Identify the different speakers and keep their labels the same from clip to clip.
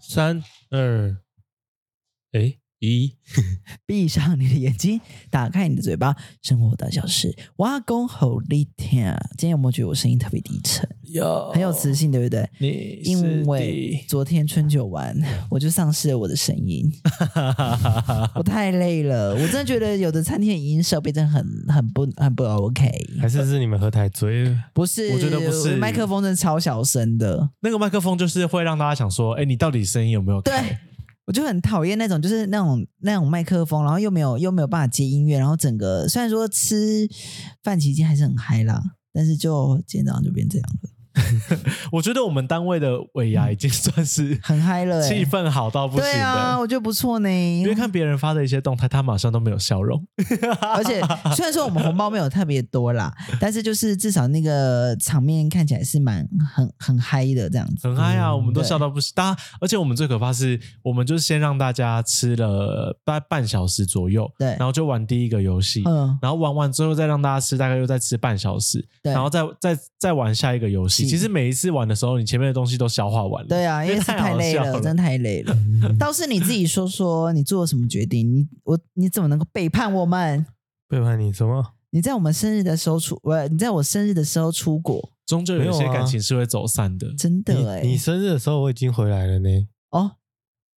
Speaker 1: 三二，哎一，
Speaker 2: 闭上你的眼睛，打开你的嘴巴，生活大小事。哇，公吼力天！今天有没有觉得我声音特别低沉，
Speaker 1: 有
Speaker 2: 很有磁性，对不对？
Speaker 1: 你
Speaker 2: 因为昨天春酒完，我就丧失了我的声音，我太累了。我真的觉得有的餐厅的音设备真的很很不很不 OK。
Speaker 3: 还是是你们喝太醉了？
Speaker 2: 不是，
Speaker 3: 我觉得不是
Speaker 2: 我的麦克风真的超小声的。
Speaker 3: 那个麦克风就是会让大家想说，哎，你到底声音有没有开？
Speaker 2: 对，我就很讨厌那种，就是那种那种麦克风，然后又没有又没有办法接音乐，然后整个虽然说吃饭期间还是很嗨啦，但是就今天早上就变这样了，
Speaker 3: 我觉得我们单位的尾牙已经算是
Speaker 2: 很嗨了、欸，
Speaker 3: 气氛好到不行
Speaker 2: 对
Speaker 3: 的。
Speaker 2: 啊，我觉得不错 呢。
Speaker 3: 因为看别人发的一些动态，他马上都没有笑容。
Speaker 2: 而且虽然说我们红包没有特别多啦，但是就是至少那个场面看起来是蛮很很嗨的这样子。
Speaker 3: 很嗨啊，我们都
Speaker 2: 嗯对
Speaker 3: 笑到不行。大家，而且我们最可怕是，我们就是先让大家吃了大概半小时左右，
Speaker 2: 对
Speaker 3: 然后就玩第一个游戏，
Speaker 2: 嗯，
Speaker 3: 然后玩完之后再让大家吃，大概又再吃半小时，
Speaker 2: 对
Speaker 3: 然后再再再玩下一个游戏。
Speaker 2: 是
Speaker 3: 其实每一次玩的时候，你前面的东西都消化完了。
Speaker 2: 对啊，因为是
Speaker 3: 太好
Speaker 2: 太累
Speaker 3: 笑
Speaker 2: 了，
Speaker 3: 了
Speaker 2: 真的太累了。倒是你自己说说，你做了什么决定？你我你怎么能够背叛我们？
Speaker 1: 背叛你什么？
Speaker 2: 你在我们生日的时候出，呃，你在我生日的时候出国，
Speaker 3: 终究有一
Speaker 1: 没
Speaker 3: 些
Speaker 1: 有啊
Speaker 3: 感情是会走散的。
Speaker 2: 真
Speaker 1: 你
Speaker 2: 的哎、
Speaker 1: 你生日的时候我已经回来了呢。
Speaker 2: 哦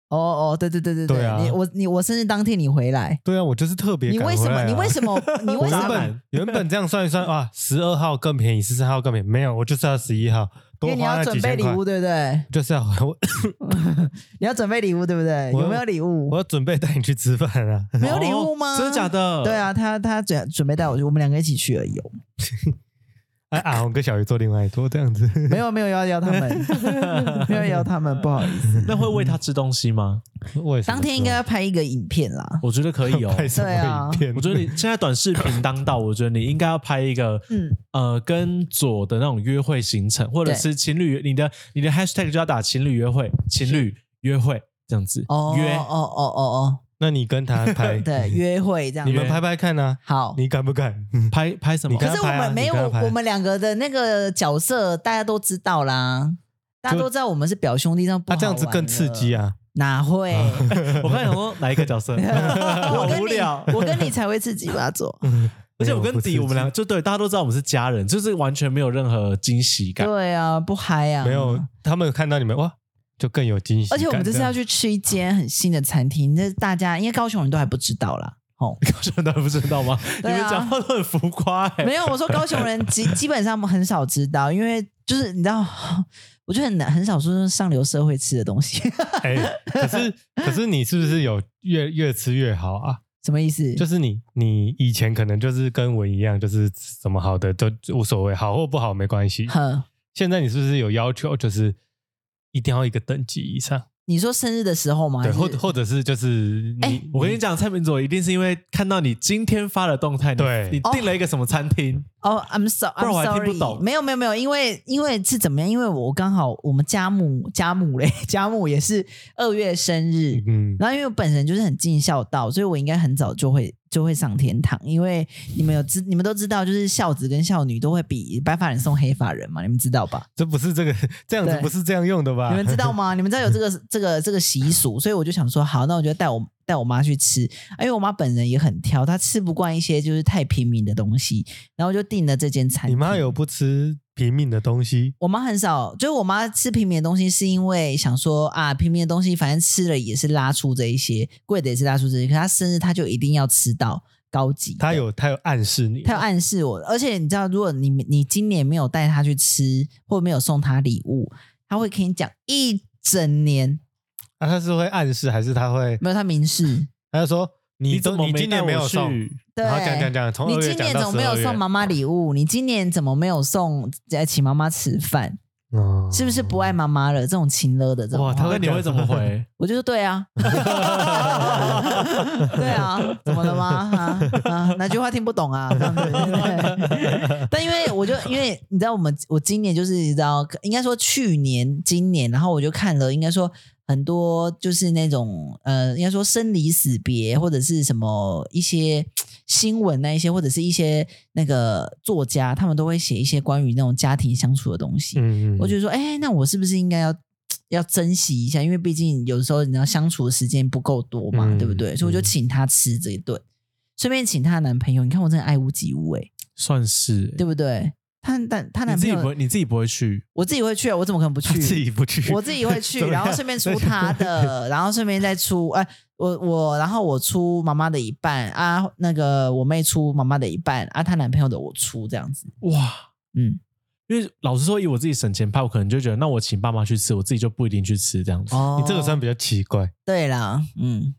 Speaker 2: 哦哦，对对对对
Speaker 1: 对啊
Speaker 2: 你我你我生日当天你回来，
Speaker 1: 对啊，我就是特别
Speaker 2: 你
Speaker 1: 赶
Speaker 2: 为
Speaker 1: 回
Speaker 2: 什么
Speaker 1: 来
Speaker 2: 你
Speaker 1: 啊
Speaker 2: 为什 么你为
Speaker 1: 我
Speaker 2: 什
Speaker 1: 原
Speaker 2: 么？
Speaker 1: 本原本这样算一算啊，十二号更便宜，十三号更便宜，没有，我就是要十一号
Speaker 2: 因
Speaker 1: 多
Speaker 2: 为你
Speaker 1: 花
Speaker 2: 要
Speaker 1: 那
Speaker 2: 准
Speaker 1: 几
Speaker 2: 备
Speaker 1: 千
Speaker 2: 礼
Speaker 1: 块，
Speaker 2: 物，对不对？
Speaker 1: 就是要 我
Speaker 2: 你要准备礼物，对不对？
Speaker 1: 我
Speaker 2: 有没有礼物
Speaker 1: 我？要准备带你去吃饭啊。
Speaker 2: 没有礼物吗？
Speaker 3: 哦真的假？的？
Speaker 2: 对，啊，他他准准备带我去，我们两个一起去而已哦。
Speaker 1: 哎啊，我跟小鱼做另外一桌这样子，
Speaker 2: 没有没有要邀他们，没有邀他们，不好意思。
Speaker 3: 那会喂他吃东西吗？
Speaker 1: 我也是
Speaker 2: 当天应该要拍一个影片啦，
Speaker 3: 我觉得可 以哦。
Speaker 1: 拍什么
Speaker 2: 对啊
Speaker 1: 影片？
Speaker 3: 我觉得你现在短视频当道，我觉得你应该要拍一个，
Speaker 2: 嗯
Speaker 3: 呃，跟左的那种约会行程，或者
Speaker 2: 对
Speaker 3: 是情侣，你的你的 hashtag 就要打情侣约会，情侣约会这样子，
Speaker 2: 哦
Speaker 3: 约
Speaker 2: 哦哦哦
Speaker 1: 那你跟他拍
Speaker 2: 哦，， 对，约会这样
Speaker 1: 你
Speaker 2: 子。
Speaker 1: 们拍拍看啊，
Speaker 2: 好，
Speaker 1: 你敢不敢？
Speaker 3: 拍拍什么
Speaker 1: 你？跟
Speaker 2: 可
Speaker 1: 他
Speaker 2: 是我
Speaker 1: 拍啊
Speaker 2: 们没有，
Speaker 1: 你跟他拍啊
Speaker 2: 我们两个的那个角色大家都知道啦，大家都知道我们是表兄弟，这样
Speaker 1: 他这样子更刺激
Speaker 2: 啊！
Speaker 1: 啊！
Speaker 2: 哪会？
Speaker 3: 我刚才想说哪一个角色？
Speaker 2: 我
Speaker 3: 好
Speaker 2: 跟
Speaker 3: 无
Speaker 2: 你
Speaker 3: 聊，。
Speaker 2: 我跟你才会刺激吧， 左。
Speaker 3: 而且我跟
Speaker 1: 没有不刺
Speaker 3: 迪，
Speaker 1: 激
Speaker 3: 我们俩就对大家都知道我们是家人，就是完全没有任何惊喜感。
Speaker 2: 对啊，不嗨啊，
Speaker 1: 没有，他们看到你们哇，就更有惊喜
Speaker 2: 而
Speaker 1: 感这
Speaker 2: 且
Speaker 1: 样。
Speaker 2: 我们这次要去吃一间很新的餐厅，那大家因为高雄人都还不知道啦。 哦，
Speaker 3: 高雄的不知道吗？你
Speaker 2: 对啊
Speaker 3: 们讲话都很浮夸哎。
Speaker 2: 没有，我说高雄人基 基本上很少知道，因为就是你知道， 我觉得很难很少说上流社会吃的东西，
Speaker 1: 哎，可是可是你是不是有越越吃越好啊？
Speaker 2: 什么意思？
Speaker 1: 就是你，你以前可能就是跟我一样，就是什么好的都无所谓，好或不好没关系。
Speaker 2: 哼，
Speaker 1: 现在你是不是有要求，就是一定要一个等级以上？
Speaker 2: 你说生日的时候吗？
Speaker 1: 对，
Speaker 2: 还是
Speaker 1: 或或者是就是
Speaker 2: 哎
Speaker 1: 你，
Speaker 3: 我跟你讲，蔡明佐一定是因为看到你今天发的动态，你
Speaker 1: 对
Speaker 3: 你订了一个什么餐厅，
Speaker 2: 哦、i m so
Speaker 3: 不然我还
Speaker 2: I'm
Speaker 3: 听
Speaker 2: sorry，
Speaker 3: 不懂
Speaker 2: 没有没有没有，因为因为是怎么样？因为我刚好我们家母家母嘞， 家母也是二月生日，
Speaker 1: 嗯，
Speaker 2: 然后因为我本身就是很尽孝道，所以我应该很早就会就会上天堂。因为你们有知你们都知道，就是孝子跟孝女都会比白发人送黑发人嘛，你们知道吧？
Speaker 1: 这不是这个这样子
Speaker 2: 对，
Speaker 1: 不是这样用的
Speaker 3: 啊
Speaker 1: 吧？
Speaker 2: 你们知道吗？你 们知道有这个这个这个习俗，所以我就想说，好，那我就带我带我妈去吃，啊因为我妈本人也很挑，她吃不惯一些就是太平民的东西，然后我就订了这间餐
Speaker 1: 你
Speaker 2: 厅。
Speaker 1: 妈有不吃平民的东西？
Speaker 2: 我妈很少，就是我妈吃平民的东西，是因为想说啊，平民的东西反正吃了也是拉出这一些，贵的也是拉出这些，可她生日她就一定要吃到高级的。
Speaker 1: 她有她有暗示你，
Speaker 2: 她有暗示我，而且你知道，如果你你今年没有带她去吃，或没有送她礼物，她会跟你讲一整年，
Speaker 1: 啊，她是会暗示还是她会？
Speaker 2: 没有她明 示。
Speaker 1: 她就说你
Speaker 3: 怎
Speaker 1: 都
Speaker 3: 么
Speaker 1: 你今年
Speaker 3: 没
Speaker 1: 没
Speaker 3: 带我
Speaker 1: 有送，
Speaker 3: 去
Speaker 2: 对，
Speaker 1: 然后讲讲讲，从
Speaker 2: 你
Speaker 1: 二
Speaker 2: 今
Speaker 1: 月讲
Speaker 2: 年
Speaker 1: 到
Speaker 2: 怎么没有
Speaker 1: 12月
Speaker 2: 送妈妈礼物？你今年怎么没有送呃请妈妈吃饭？
Speaker 1: 哦
Speaker 2: 是不是不爱妈妈了？这种情勒的这种
Speaker 1: 哇
Speaker 2: 话，
Speaker 1: 她
Speaker 3: 那
Speaker 1: 会
Speaker 3: 你会怎么回？
Speaker 2: 我就说对啊， 对啊，怎么了吗？啊啊，哪句话听不懂啊？这样子，对对但因为我就因为你知道，我们我今年就是你知道，应该说去年、今年，然后我就看了，应该说很多就是那种呃，应该说生离死别或者是什么一些新闻啊那一些，或者是一些那个作家，他们都会写一些关于那种家庭相处的东西。
Speaker 1: 嗯，嗯
Speaker 2: 我觉得说，哎、那我是不是应该要要珍惜一下，因为毕竟有时候你知道相处的时间不够多嘛，
Speaker 1: 嗯
Speaker 2: 对不对？所以我就
Speaker 1: 嗯
Speaker 2: 请她吃这一顿，顺便请她的男朋友。你看我真的爱屋及乌哎、
Speaker 3: 算是欸
Speaker 2: 对不对？她但她
Speaker 3: 你
Speaker 2: 男
Speaker 3: 自
Speaker 2: 朋
Speaker 3: 己不会，
Speaker 2: 友，
Speaker 3: 你自己不会 去，
Speaker 2: 我自己会去啊，我怎么可能不去？
Speaker 1: 自己不去，
Speaker 2: 我自己会去，
Speaker 1: 怎么
Speaker 2: 然
Speaker 1: 样
Speaker 2: 后顺便出他的，然后顺便再出，哎、我我，然后我出妈妈的一半啊，那个我妹出妈妈的一半啊，她男朋友的我出这样子，
Speaker 3: 哇，
Speaker 2: 嗯，
Speaker 3: 因为老实说，以我自己省钱派，我可能就觉得，那我请爸妈去吃，我自己就不一定去吃这样子。
Speaker 2: 哦
Speaker 1: 你这个算比较奇怪。
Speaker 2: 对啦，嗯，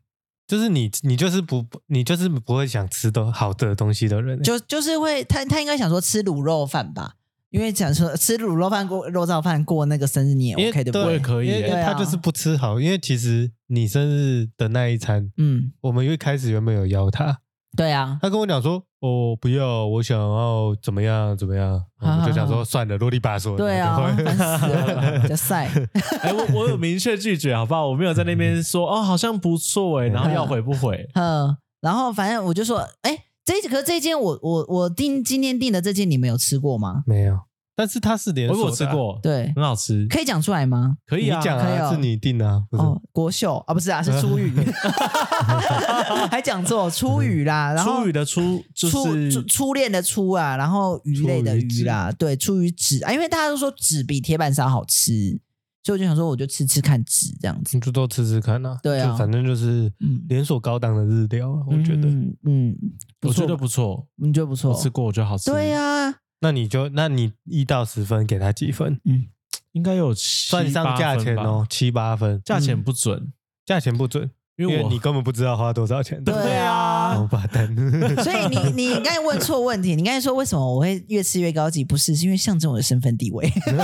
Speaker 1: 就是你，你就是不，你就是不会想吃的好的东西的人、
Speaker 2: 就就是会，她她应该想说吃卤肉饭吧，因为讲说吃卤肉饭过肉燥饭过那个生日你也
Speaker 1: 因为
Speaker 2: OK 对不
Speaker 3: 我
Speaker 2: 对
Speaker 3: 也？可以
Speaker 1: 因
Speaker 3: 耶
Speaker 1: 为因
Speaker 2: 对
Speaker 1: 为
Speaker 2: 啊
Speaker 1: 他就是不吃好。因为其实你生日的那一餐，
Speaker 2: 嗯，
Speaker 1: 我们一开始原本有邀他，
Speaker 2: 对啊，
Speaker 1: 他跟我讲说：“哦，不要，我想要怎么样怎么样。”
Speaker 2: 啊
Speaker 1: 我就想说：“算了，啰里吧嗦。”
Speaker 2: 对啊， 烦死了，就晒，
Speaker 3: 哎、我我有明确拒绝，好不好？我没有在那边说哦，好像不错哎，然后要回不回？
Speaker 2: 嗯，然后反正我就说，哎、这一可是这一间我我我订今天订的这间你们有吃过吗？
Speaker 1: 没有，但是他是连
Speaker 3: 我
Speaker 1: 锁的啊
Speaker 3: 有吃，过，，
Speaker 2: 对，
Speaker 3: 很好吃，
Speaker 2: 可以讲出来吗？
Speaker 3: 可以
Speaker 1: 你
Speaker 3: 啊，
Speaker 1: 讲
Speaker 2: 可以
Speaker 1: 啊，
Speaker 2: 哦
Speaker 1: 是你定的啊，不是？
Speaker 2: 哦，国秀啊，不是啊，是初语， 还讲错初语啦，然后
Speaker 3: 初语的初就
Speaker 2: 初初
Speaker 3: 是
Speaker 2: 初恋的初啊，然后鱼类的
Speaker 1: 初鱼
Speaker 2: 鱼啦，对，初鱼纸啊，因为大家都说纸比铁板烧好吃，所以我就想说我就吃吃看纸这样子，
Speaker 1: 你就都吃吃看啊。
Speaker 2: 对啊
Speaker 1: 就反正就是
Speaker 2: 嗯
Speaker 1: 连锁高档的日料啊，我觉得。
Speaker 2: 嗯嗯，不
Speaker 3: 我
Speaker 2: 错
Speaker 3: 觉得不错，
Speaker 2: 你觉得不错
Speaker 3: 我，吃过，我觉得好吃。
Speaker 2: 对啊呀、
Speaker 1: 那你就，那你一到十分给他几分？
Speaker 3: 应该有七
Speaker 1: 算上价钱，
Speaker 3: 八分吧
Speaker 1: 哦，七八分，
Speaker 3: 价钱不准，
Speaker 1: 价钱不准，
Speaker 3: 因
Speaker 1: 因
Speaker 3: 为
Speaker 1: 为
Speaker 3: 我
Speaker 1: 你根本不知道花多少钱。
Speaker 2: 对 啊
Speaker 1: 王八 蛋。
Speaker 2: 所以你你应该问错问题，你应该说为什么我会越吃越高级？不是，是因为象征我的身份地位。
Speaker 3: 因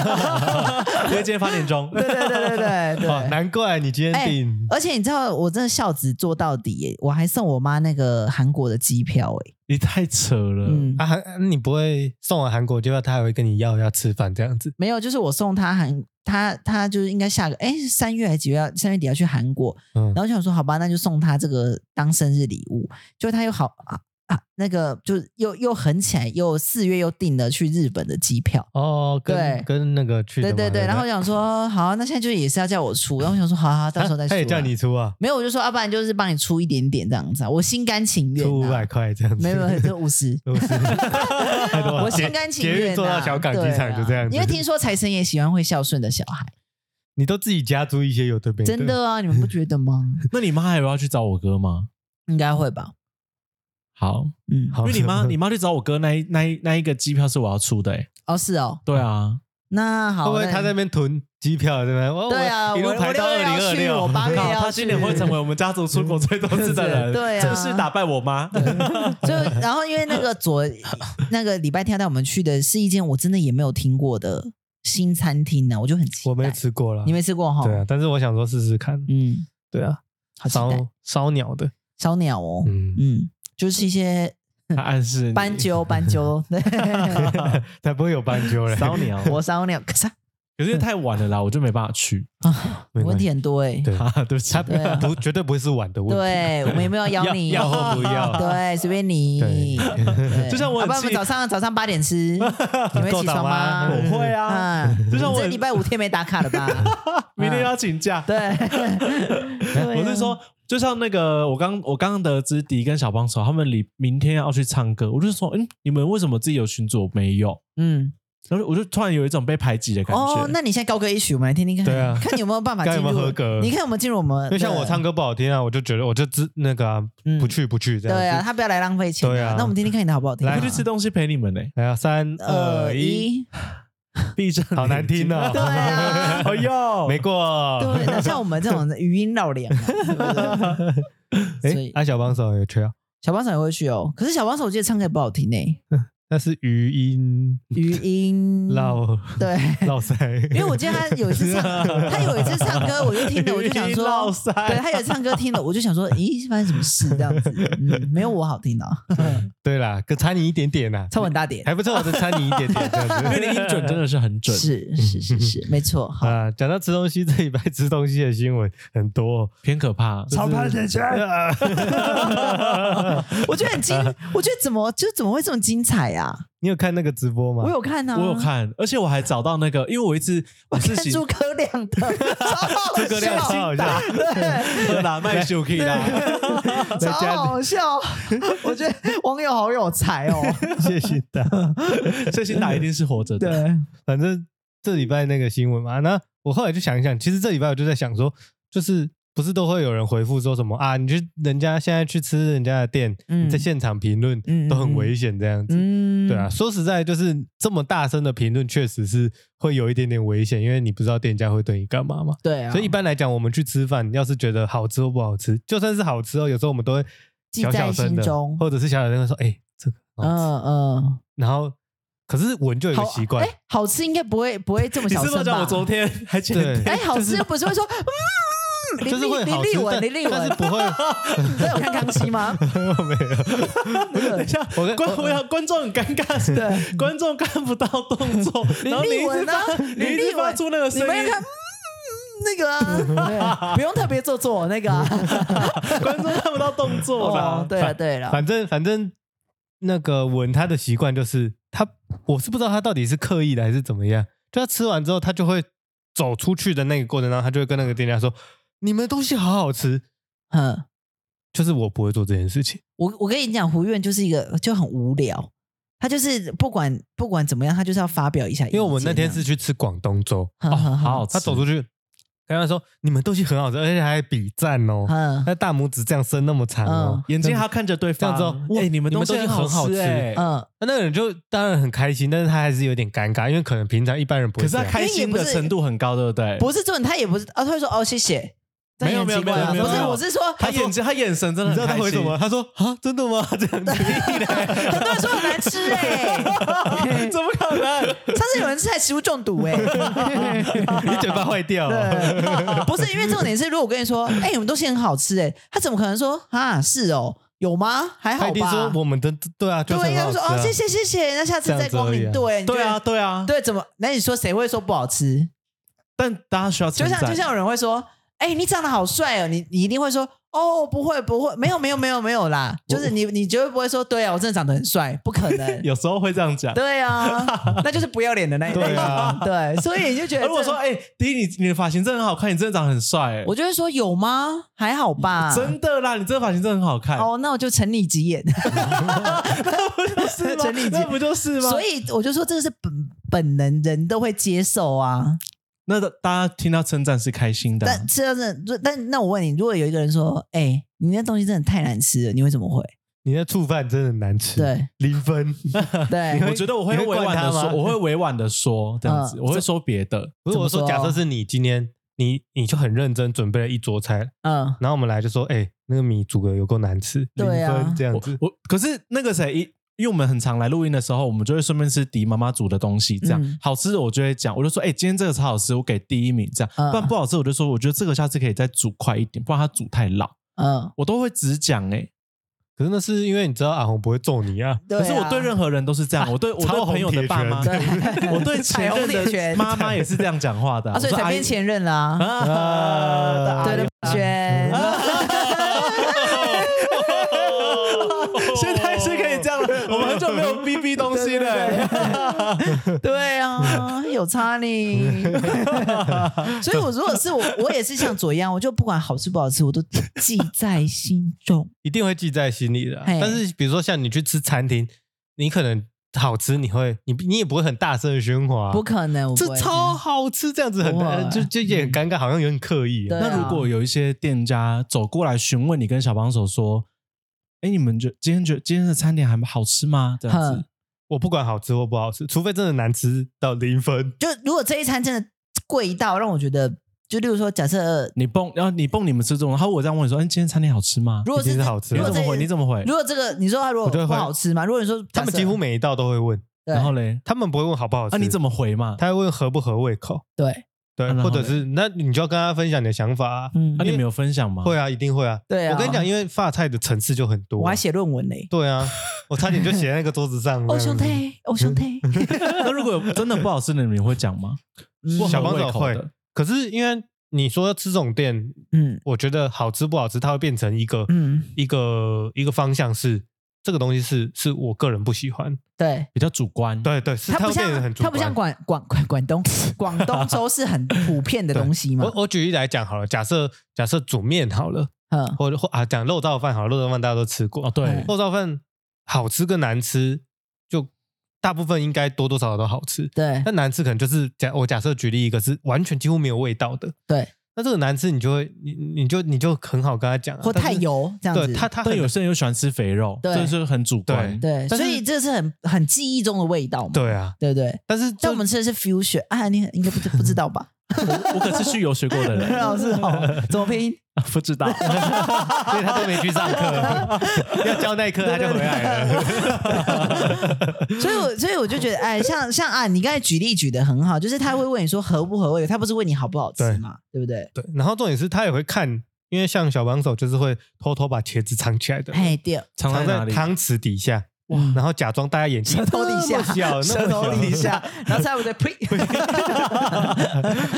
Speaker 3: 为今天八点钟，
Speaker 2: 对对对对对对，
Speaker 1: 哦，难怪你今
Speaker 2: 哎
Speaker 1: 天订，
Speaker 2: 而且你知道，我真的孝子做到底耶！我还送我妈那个韩国的机票哎，
Speaker 3: 你太扯了。
Speaker 2: 嗯，
Speaker 1: 啊，韩你不会送完韩国就要他还会跟你要要吃饭这样子。
Speaker 2: 没有，就是我送她韩，她她就是应该下个哎三月还几月要三月底要去韩国，
Speaker 1: 嗯
Speaker 2: 然，后就想说好吧，那就送她这个当生日礼物，就她又好啊啊那个就是又又狠起来，又四月又订了去日本的机票。
Speaker 1: 哦，
Speaker 2: 对
Speaker 1: 跟跟那个去的
Speaker 2: 对
Speaker 1: 嘛
Speaker 2: 对对，然
Speaker 1: 啊
Speaker 2: 后我想说哦好，啊那现在就也是要叫我出，然后我想说好好，好到时候再
Speaker 1: 啊
Speaker 2: 出、
Speaker 1: 他也叫你，出啊，
Speaker 2: 没有我就说，要、不然就是帮你出一点点这样子、啊，我心甘情愿、啊。
Speaker 1: 出五百块这样子。
Speaker 2: 没有没有，就五十。
Speaker 1: 都是 太多了
Speaker 2: 我
Speaker 1: 捷
Speaker 2: 心甘情愿、啊、
Speaker 1: 捷运坐到小港机场就这样
Speaker 2: 对啊
Speaker 1: 子。
Speaker 2: 因为听说财神也喜欢会孝顺的小孩，
Speaker 1: 你都自己加注一些有的没
Speaker 2: 真的啊，你们不觉得吗？
Speaker 3: 那你妈还有要去找我哥吗？
Speaker 2: 应该会吧，
Speaker 3: 好，
Speaker 2: 嗯，
Speaker 1: 好
Speaker 3: 因为你妈你 妈去找我哥那一那一那一个机票是我要出的、欸，
Speaker 2: 哦是哦，
Speaker 3: 对啊，
Speaker 2: 那好，
Speaker 1: 会不会
Speaker 2: 那
Speaker 1: 他在那边囤机票对吧？我
Speaker 2: 对啊，
Speaker 1: 我一路排到
Speaker 2: 我
Speaker 1: 二
Speaker 2: 六月
Speaker 1: 零
Speaker 2: 要去
Speaker 1: 二
Speaker 2: 我
Speaker 1: 六，
Speaker 2: 八月要去
Speaker 3: 她今年会成为我们家族出国最多次的人，
Speaker 2: 对啊
Speaker 3: 正式打败我妈。
Speaker 2: 就然后因为那个昨那个礼拜天带我们去的是一间我真的也没有听过的新餐厅啊呢、我就很期待。
Speaker 1: 我没有，吃过了
Speaker 2: 你。没吃过哈？
Speaker 1: 对啊，，但是我想说试试看。
Speaker 2: 嗯，
Speaker 1: 对啊，
Speaker 2: 好期待。
Speaker 1: 烧烧鸟 的，
Speaker 2: 烧鸟哦，
Speaker 1: 嗯，
Speaker 2: 嗯，就是一些
Speaker 3: 她 暗示你
Speaker 2: 斑鸠，斑鸠， 对，
Speaker 1: 才不会有斑鸠 嘞。
Speaker 3: 骚鸟，
Speaker 2: 我烧鸟，可是
Speaker 3: 可是太晚了啦，我就没办法去。
Speaker 2: 啊，
Speaker 1: 没关系
Speaker 2: 问题很多哎、
Speaker 1: 对
Speaker 3: 啊，对不起
Speaker 1: 它，
Speaker 2: 对啊
Speaker 1: 不绝对不会是碗的问题。
Speaker 2: 对，啊我们有没有邀你？
Speaker 1: 要要或不要
Speaker 2: 对，随便你。
Speaker 1: 对
Speaker 2: 对
Speaker 3: 就像我
Speaker 2: 好
Speaker 3: 很
Speaker 2: 吧，我们
Speaker 3: 气
Speaker 2: 早上早上八点 吃，你们
Speaker 1: 够
Speaker 2: 起床
Speaker 1: 早
Speaker 2: 吗？
Speaker 1: 吗
Speaker 3: 我会啊，
Speaker 2: 啊，
Speaker 3: 就像
Speaker 2: 你
Speaker 3: 我
Speaker 2: 这礼拜五天没打卡了吧？
Speaker 3: 明天要请假。
Speaker 2: 对，啊
Speaker 3: 我是说，就像那个我刚我刚得知迪跟小帮手他们里明天要去唱歌，我就说，嗯，你们为什么自己有群组我没有？
Speaker 2: 嗯，
Speaker 3: 然后我就突然有一种被排挤的感觉。
Speaker 2: 哦，那你现在高歌一曲，我们来听听看，
Speaker 1: 对啊
Speaker 2: 看你有没有办法进
Speaker 1: 看有没有
Speaker 2: 入
Speaker 1: 合格
Speaker 2: 你看有没有进入我们？
Speaker 1: 因为像我唱
Speaker 2: 歌，
Speaker 1: 歌不好听啊，我就觉得我就自那个啊
Speaker 2: 嗯
Speaker 1: 不去不去这样。
Speaker 2: 对啊，，他不要来浪费钱
Speaker 1: 对啊
Speaker 2: 那我们听听看你的好不好听啊？
Speaker 3: 我去吃东西陪你 们呢、
Speaker 1: 来啊，三
Speaker 2: 二
Speaker 1: 二一，
Speaker 2: 一，
Speaker 3: 闭上，
Speaker 1: 好难听哦。
Speaker 2: 对 啊
Speaker 3: 哎呦，
Speaker 1: 没过。
Speaker 2: 对，那像我们这种语音绕梁啊，对不 对？所以
Speaker 1: 哎，啊，小帮手有缺啊，
Speaker 2: 小帮手也会去哦，可是小帮手我记得唱歌也不好听诶，
Speaker 1: 那是余音
Speaker 2: 语音
Speaker 1: 绕
Speaker 2: 对，
Speaker 1: 绕塞。
Speaker 2: 嗯因为我记得他有一次唱， 他有一次唱歌，我就 听了，我就想
Speaker 3: 语音绕
Speaker 2: 说，
Speaker 3: 塞
Speaker 2: 对他有一次唱歌听了，我就想 说，咦，发生什么事这样子？嗯，没有我好 听啊，
Speaker 1: 对啦，可差你一点点啦，
Speaker 2: 超很大点，
Speaker 1: 还不错，我就差你一点点这样子。
Speaker 3: 因为你音准真的是很 准，
Speaker 2: 是是是是，没错， 好，
Speaker 1: 啊，讲到吃东西，这礼拜吃东西的新闻很多哦，
Speaker 3: 偏可怕。
Speaker 1: 超怕姐姐。啊
Speaker 2: 我觉得很精，我觉得怎么就怎么会这么精彩啊，
Speaker 1: 你有看那个直播吗？
Speaker 2: 我有看啊，
Speaker 3: 我有，看，而且我还找到那个，因为我一直我自
Speaker 2: 看
Speaker 3: 己
Speaker 2: 诸葛亮 的，超好
Speaker 3: 诸葛亮
Speaker 2: 笑
Speaker 1: 超好笑
Speaker 2: 对，
Speaker 3: 啦， 卖秀 K 啦，
Speaker 1: 在
Speaker 2: 超
Speaker 1: 家里
Speaker 2: 好 笑，我觉得网友好有才哦，
Speaker 1: 谢谢大家。
Speaker 3: 这新打一定是活着的。
Speaker 2: 对，
Speaker 1: 反正这礼拜那个新闻嘛，那我后来就想一想，其实这礼拜我就在想说，就是不是都会有人回复说什么啊，你去人家现在去吃人家的店，
Speaker 2: 嗯
Speaker 1: 你在现场评论
Speaker 2: 嗯嗯
Speaker 1: 都很危险这样子。
Speaker 2: 嗯
Speaker 1: 对啊，，说实在，就是这么大声的评论，确实是会有一点点危险，因为你不知道店家会对你干嘛嘛。
Speaker 2: 对啊，
Speaker 1: 所以一般来讲，我们去吃饭，要是觉得好吃或不好吃，就算是好吃哦，有时候我们都会
Speaker 2: 记
Speaker 1: 小小
Speaker 2: 在
Speaker 1: 声
Speaker 2: 心
Speaker 1: 的
Speaker 2: 中，
Speaker 1: 或者是小小声的说：“哎、这个好吃。
Speaker 2: 嗯嗯，
Speaker 1: 然后，可是闻就有一个
Speaker 2: 好
Speaker 1: 习惯，
Speaker 2: 哎，好吃应该不会不会这么
Speaker 3: 你
Speaker 2: 小
Speaker 3: 是不
Speaker 2: 声
Speaker 3: 是叫我
Speaker 2: 吧？
Speaker 3: 昨天还前
Speaker 1: 对
Speaker 3: 天？
Speaker 2: 哎，好吃不是 会说，嗯，林
Speaker 1: 就是会
Speaker 2: 立林
Speaker 1: 好吃
Speaker 2: 立，文，林立
Speaker 1: 但但是
Speaker 2: 文，
Speaker 1: 不会。
Speaker 2: 你真的有看康熙 吗？
Speaker 1: 我没有，
Speaker 3: 等一下，
Speaker 1: 我跟
Speaker 3: 观我要观众很尴尬，
Speaker 2: 对
Speaker 3: 观众看不到动作，然后你
Speaker 2: 立
Speaker 3: 一直
Speaker 2: 文啊
Speaker 3: 发，，你
Speaker 2: 林
Speaker 3: 一
Speaker 2: 立
Speaker 3: 直发
Speaker 2: 文，
Speaker 3: 出那个声
Speaker 2: 你们
Speaker 3: 音
Speaker 2: 要，看。嗯那个 啊，对不用特别做作，那个啊，
Speaker 3: 观众看不到动作
Speaker 2: 哦
Speaker 3: 啦，。
Speaker 2: 对了对了，
Speaker 1: 反正反正那个闻他的习惯就是他，我是不知道他到底是刻意的还是怎么样。就他吃完之后，他就会走出去的那个过程当中，他就会跟那个店家说：“你们东西好好吃。
Speaker 2: 嗯，”
Speaker 1: 就是我不会做这件事情，
Speaker 2: 我我跟你讲，胡院就是一个就很无聊，他就是不管不管怎么样，他就是要发表一下意见这
Speaker 1: 因为
Speaker 2: 样。
Speaker 1: 我们那天是去吃广东粥，
Speaker 2: 哼
Speaker 3: 哦，
Speaker 2: 哼
Speaker 3: 好好
Speaker 2: 哼
Speaker 3: 吃。
Speaker 1: 他走出去跟他说：“你们东西很好吃，而且还比赞哦。”
Speaker 2: 嗯
Speaker 1: 他大拇指这样伸那么长哦，
Speaker 3: 眼睛还要看着对方，
Speaker 1: 这样子哦
Speaker 3: 哎，你们
Speaker 1: 你们
Speaker 3: 西
Speaker 1: 东西很好
Speaker 3: 吃
Speaker 1: 吃
Speaker 3: 哎，
Speaker 2: 嗯，
Speaker 1: 那那个人就当然很开心，但是他还是有点尴尬，因为可能平常一般人不
Speaker 3: 可
Speaker 1: 会
Speaker 3: 是
Speaker 1: 这
Speaker 3: 他
Speaker 1: 样。
Speaker 3: 开心的程度很高，对不对？
Speaker 2: 不是重点，他也不是啊，他会说哦谢谢，这
Speaker 3: 没有
Speaker 2: 也很
Speaker 3: 没有
Speaker 2: 奇怪啊
Speaker 1: 没有没有
Speaker 2: 不
Speaker 1: 没
Speaker 2: 是，
Speaker 1: 有
Speaker 2: 我是说
Speaker 3: 他眼睛，他眼神真的
Speaker 1: 你知道
Speaker 3: 很
Speaker 1: 他
Speaker 3: 开
Speaker 1: 回什
Speaker 3: 心
Speaker 1: 么？。他说啊，真的 吗？这样子，
Speaker 2: 很多人说很难吃哎，
Speaker 3: 怎么可能？
Speaker 2: 上次有人吃还食物中毒哎，
Speaker 1: 你嘴巴坏掉、哦。
Speaker 2: 对， 不是因为重点是，如果我跟你说哎，你们东西很好吃哎，他怎么可能说啊是哦有吗？还
Speaker 1: 他
Speaker 2: 好
Speaker 1: 一定说
Speaker 2: 吧？
Speaker 1: 我们的对啊，就
Speaker 2: 对
Speaker 1: 是，
Speaker 2: 应该
Speaker 1: 很好吃、
Speaker 2: 说
Speaker 1: 啊。
Speaker 2: 哦谢谢谢谢，那下次再光临。
Speaker 1: 这样子而
Speaker 2: 对你觉
Speaker 3: 对
Speaker 2: 得
Speaker 3: 啊，对啊，
Speaker 2: 对，怎么？那你说谁会说不好吃？
Speaker 3: 但大家需要
Speaker 2: 就
Speaker 3: 称
Speaker 2: 像
Speaker 3: 赞，
Speaker 2: 就像有人会说，哎、你长得好帅哦，你你一定会说，哦，不会不会，没有没有没有没有啦，就是你你绝对不会说，对啊，我真的长得很帅，不可能，
Speaker 3: 有时候会这样 讲。
Speaker 2: 对啊，那就是不要脸的那一类
Speaker 1: 对啊
Speaker 2: 型 对，所以你就觉得，
Speaker 3: 而我说，，哎，迪，你你的发型真的很好看，你真的长得很帅，
Speaker 2: 我就啊会说有吗？还好吧，
Speaker 3: 哎，真的啦，你这个发型真的很好看，
Speaker 2: 哦，那我就成你吉言，
Speaker 3: 是 吗
Speaker 2: 成立？
Speaker 3: 那不就是吗？
Speaker 2: 所以我就说这个是本本能，人都会接受啊。
Speaker 3: 那大家听到称赞是开心的啊，
Speaker 2: 但这真的，但那我问你，如果有一个人说，哎、你那东西真的太难吃了，你会怎么回？
Speaker 1: 你那醋饭真的难吃，
Speaker 2: 对
Speaker 1: 零分。
Speaker 2: 对
Speaker 1: 你，会
Speaker 3: 我觉得我会
Speaker 1: 你会
Speaker 3: 委婉的
Speaker 1: 惯他吗
Speaker 3: 说，我会委婉的说这样子，
Speaker 2: 嗯
Speaker 3: 我会说别的。
Speaker 1: 不是我说，
Speaker 2: 说
Speaker 1: 假设是你今天你你就很认真准备了一桌菜，
Speaker 2: 嗯。
Speaker 1: 然后我们来就说，哎、那个米煮的有够难吃，零
Speaker 2: 对啊
Speaker 1: 分这样
Speaker 3: 我
Speaker 1: 子。
Speaker 3: 我可是那个谁，因因为我们很常来录音的时候，我们就会顺便吃迪妈妈煮的东西，这样、
Speaker 2: 嗯
Speaker 3: 好吃的我就会讲，我就说，哎、今天这个超好吃，我给第一名，这样。
Speaker 2: 嗯
Speaker 3: 不然不好吃，我就说，我觉得这个下次可以再煮快一点，不然它煮太老，
Speaker 2: 嗯，
Speaker 3: 我都会只讲哎、
Speaker 1: 可是那是因为你知道阿红不会揍你啊，
Speaker 2: 对、啊。
Speaker 3: 可是我对任何人都是这样，我对我对
Speaker 1: 超红
Speaker 3: 朋友的
Speaker 1: 铁
Speaker 3: 爸妈，
Speaker 1: 拳
Speaker 2: 对
Speaker 3: 我对前任
Speaker 2: 彩虹铁
Speaker 3: 的
Speaker 2: 拳
Speaker 3: 妈妈也是这样讲话的、
Speaker 2: 啊，所以
Speaker 3: 我说
Speaker 2: 才
Speaker 3: 阿姨
Speaker 2: 变前任啦、
Speaker 3: 啊
Speaker 1: 啊
Speaker 2: 对
Speaker 3: 对
Speaker 2: 的，轩。
Speaker 3: 现在是可以这样了，我们很久没有逼逼东西了、
Speaker 2: 对 啊，有差呢。所以，我如果是我，我也是像左一样，我就不管好吃不好吃，我都记在心中。
Speaker 1: 一定会记在心里的啊、
Speaker 2: 嘿
Speaker 1: 但是比如说像你去吃餐厅，你可能好吃，你会你你也不会很大声的喧哗啊，
Speaker 2: 不可能，我不
Speaker 1: 这
Speaker 2: 会
Speaker 1: 超好吃，这样子很
Speaker 2: 不会
Speaker 1: 就就也很尴尬，好像有点刻意啊、
Speaker 2: 对
Speaker 3: 那如果有一些店家走过来询问你跟小帮手说：“哎，你们觉今天觉今天的餐点还好吃吗？”这样子
Speaker 2: 哼，
Speaker 1: 我不管好吃或不好吃，除非真的难吃到零分，
Speaker 2: 就如果这一餐真的贵到让我觉得，就例如说，假设
Speaker 3: 你蹦，然后你蹦你们吃这种，他我这样问你说：“哎，今天餐点好吃吗
Speaker 2: 如果
Speaker 1: 一
Speaker 2: 是
Speaker 1: 定是好吃
Speaker 3: 你
Speaker 1: 啊
Speaker 2: 如
Speaker 1: 我
Speaker 2: 果
Speaker 3: 怎么
Speaker 2: 这
Speaker 3: 回？你怎么回
Speaker 2: 如果这个你说他如
Speaker 1: 我就
Speaker 2: 果
Speaker 1: 会
Speaker 2: 不好吃嘛，如果你说
Speaker 1: 他们几乎每一道都会问，？”
Speaker 2: 对
Speaker 3: 然后嘞，
Speaker 1: 他们不会问好不好吃，
Speaker 3: 啊，你怎么回嘛？
Speaker 1: 他会问合不合胃口，
Speaker 2: 对，
Speaker 1: 对
Speaker 3: 啊，然后
Speaker 1: 或
Speaker 3: 嘞
Speaker 1: 者是那你就要跟他分享你的想法啊，
Speaker 2: 嗯
Speaker 3: 啊，，你们有分享吗？
Speaker 1: 会啊，一定会啊。
Speaker 2: 对啊。
Speaker 1: 我跟你讲，因为发菜的层次就很多，
Speaker 2: 我还写论文嘞。
Speaker 1: 对 啊，我差点就写在那个桌子上。
Speaker 2: 哦，
Speaker 1: 这样
Speaker 2: 兄
Speaker 1: 子，
Speaker 2: 弟，哦，兄弟，
Speaker 3: 那如果有真的不好吃的，你们会讲吗？不
Speaker 2: 嗯
Speaker 1: 小
Speaker 3: 合
Speaker 1: 帮手
Speaker 3: 胃口
Speaker 1: 会
Speaker 3: 的，
Speaker 1: 可是因为你说要吃这种店，
Speaker 2: 嗯
Speaker 1: 我觉得好吃不好吃，它会变成一个
Speaker 2: 嗯
Speaker 1: 一个一个方向是，这个东西是是我个人不喜欢。
Speaker 2: 对，
Speaker 3: 比较主观。
Speaker 1: 对对，是
Speaker 2: 它不
Speaker 1: 会变得很
Speaker 2: 像
Speaker 1: 主
Speaker 2: 它
Speaker 1: 观。
Speaker 2: 不像广广广广东广 东州是很普遍的东西嘛
Speaker 1: 我，我举例来讲好了，假设假设煮面好了，
Speaker 2: 嗯，
Speaker 1: 或者或啊讲肉燥饭好了，肉燥饭大家都吃过
Speaker 3: 哦，，对
Speaker 2: 嗯，
Speaker 1: 肉燥饭好吃跟难吃，就大部分应该多多少少都好吃。
Speaker 2: 对
Speaker 1: 那难吃可能就是假我假设举例一个是完全几乎没有味道的，
Speaker 2: 对，
Speaker 1: 那这个难吃你就会你你就你就很好跟他讲啊、
Speaker 2: 或
Speaker 1: 但是
Speaker 2: 太，油这样子，
Speaker 1: 对他他
Speaker 3: 但
Speaker 1: 很
Speaker 3: 有些人又喜欢吃肥肉，
Speaker 2: 对
Speaker 3: 这是很主观。
Speaker 2: 对，
Speaker 1: 但
Speaker 2: 所
Speaker 1: 是
Speaker 2: 以这是很很记忆中的味道嘛，
Speaker 1: 对啊，
Speaker 2: 对不对？
Speaker 1: 但是
Speaker 2: 但
Speaker 1: 就
Speaker 2: 我们吃的是 fusion 啊，你应该不知不知道 吧？
Speaker 3: 我我可是去游学过的人，
Speaker 2: 老师
Speaker 1: 哦
Speaker 2: 好，怎么拼？
Speaker 3: 不知道。
Speaker 1: 所以他都没去上 课，要教那一课他就回来了。
Speaker 2: 所以我，所以我就觉得，哎，像像啊，你刚才举例举的很好，就是他会问你说合不合味，他不是问你好不好吃
Speaker 1: 对
Speaker 2: 嘛，对不对？
Speaker 1: 对，然后重点是他也会看，因为像小帮手就是会偷偷把茄子藏起来的，
Speaker 2: 哎，对，
Speaker 3: 常
Speaker 1: 藏
Speaker 3: 常哪
Speaker 1: 在
Speaker 3: 里？
Speaker 1: 汤匙底下，
Speaker 2: 哇
Speaker 1: 然后假装大家眼睛
Speaker 2: 舌头底下
Speaker 1: 那么 小，，
Speaker 2: 舌头底下，然后才会在呸，
Speaker 1: 那么小，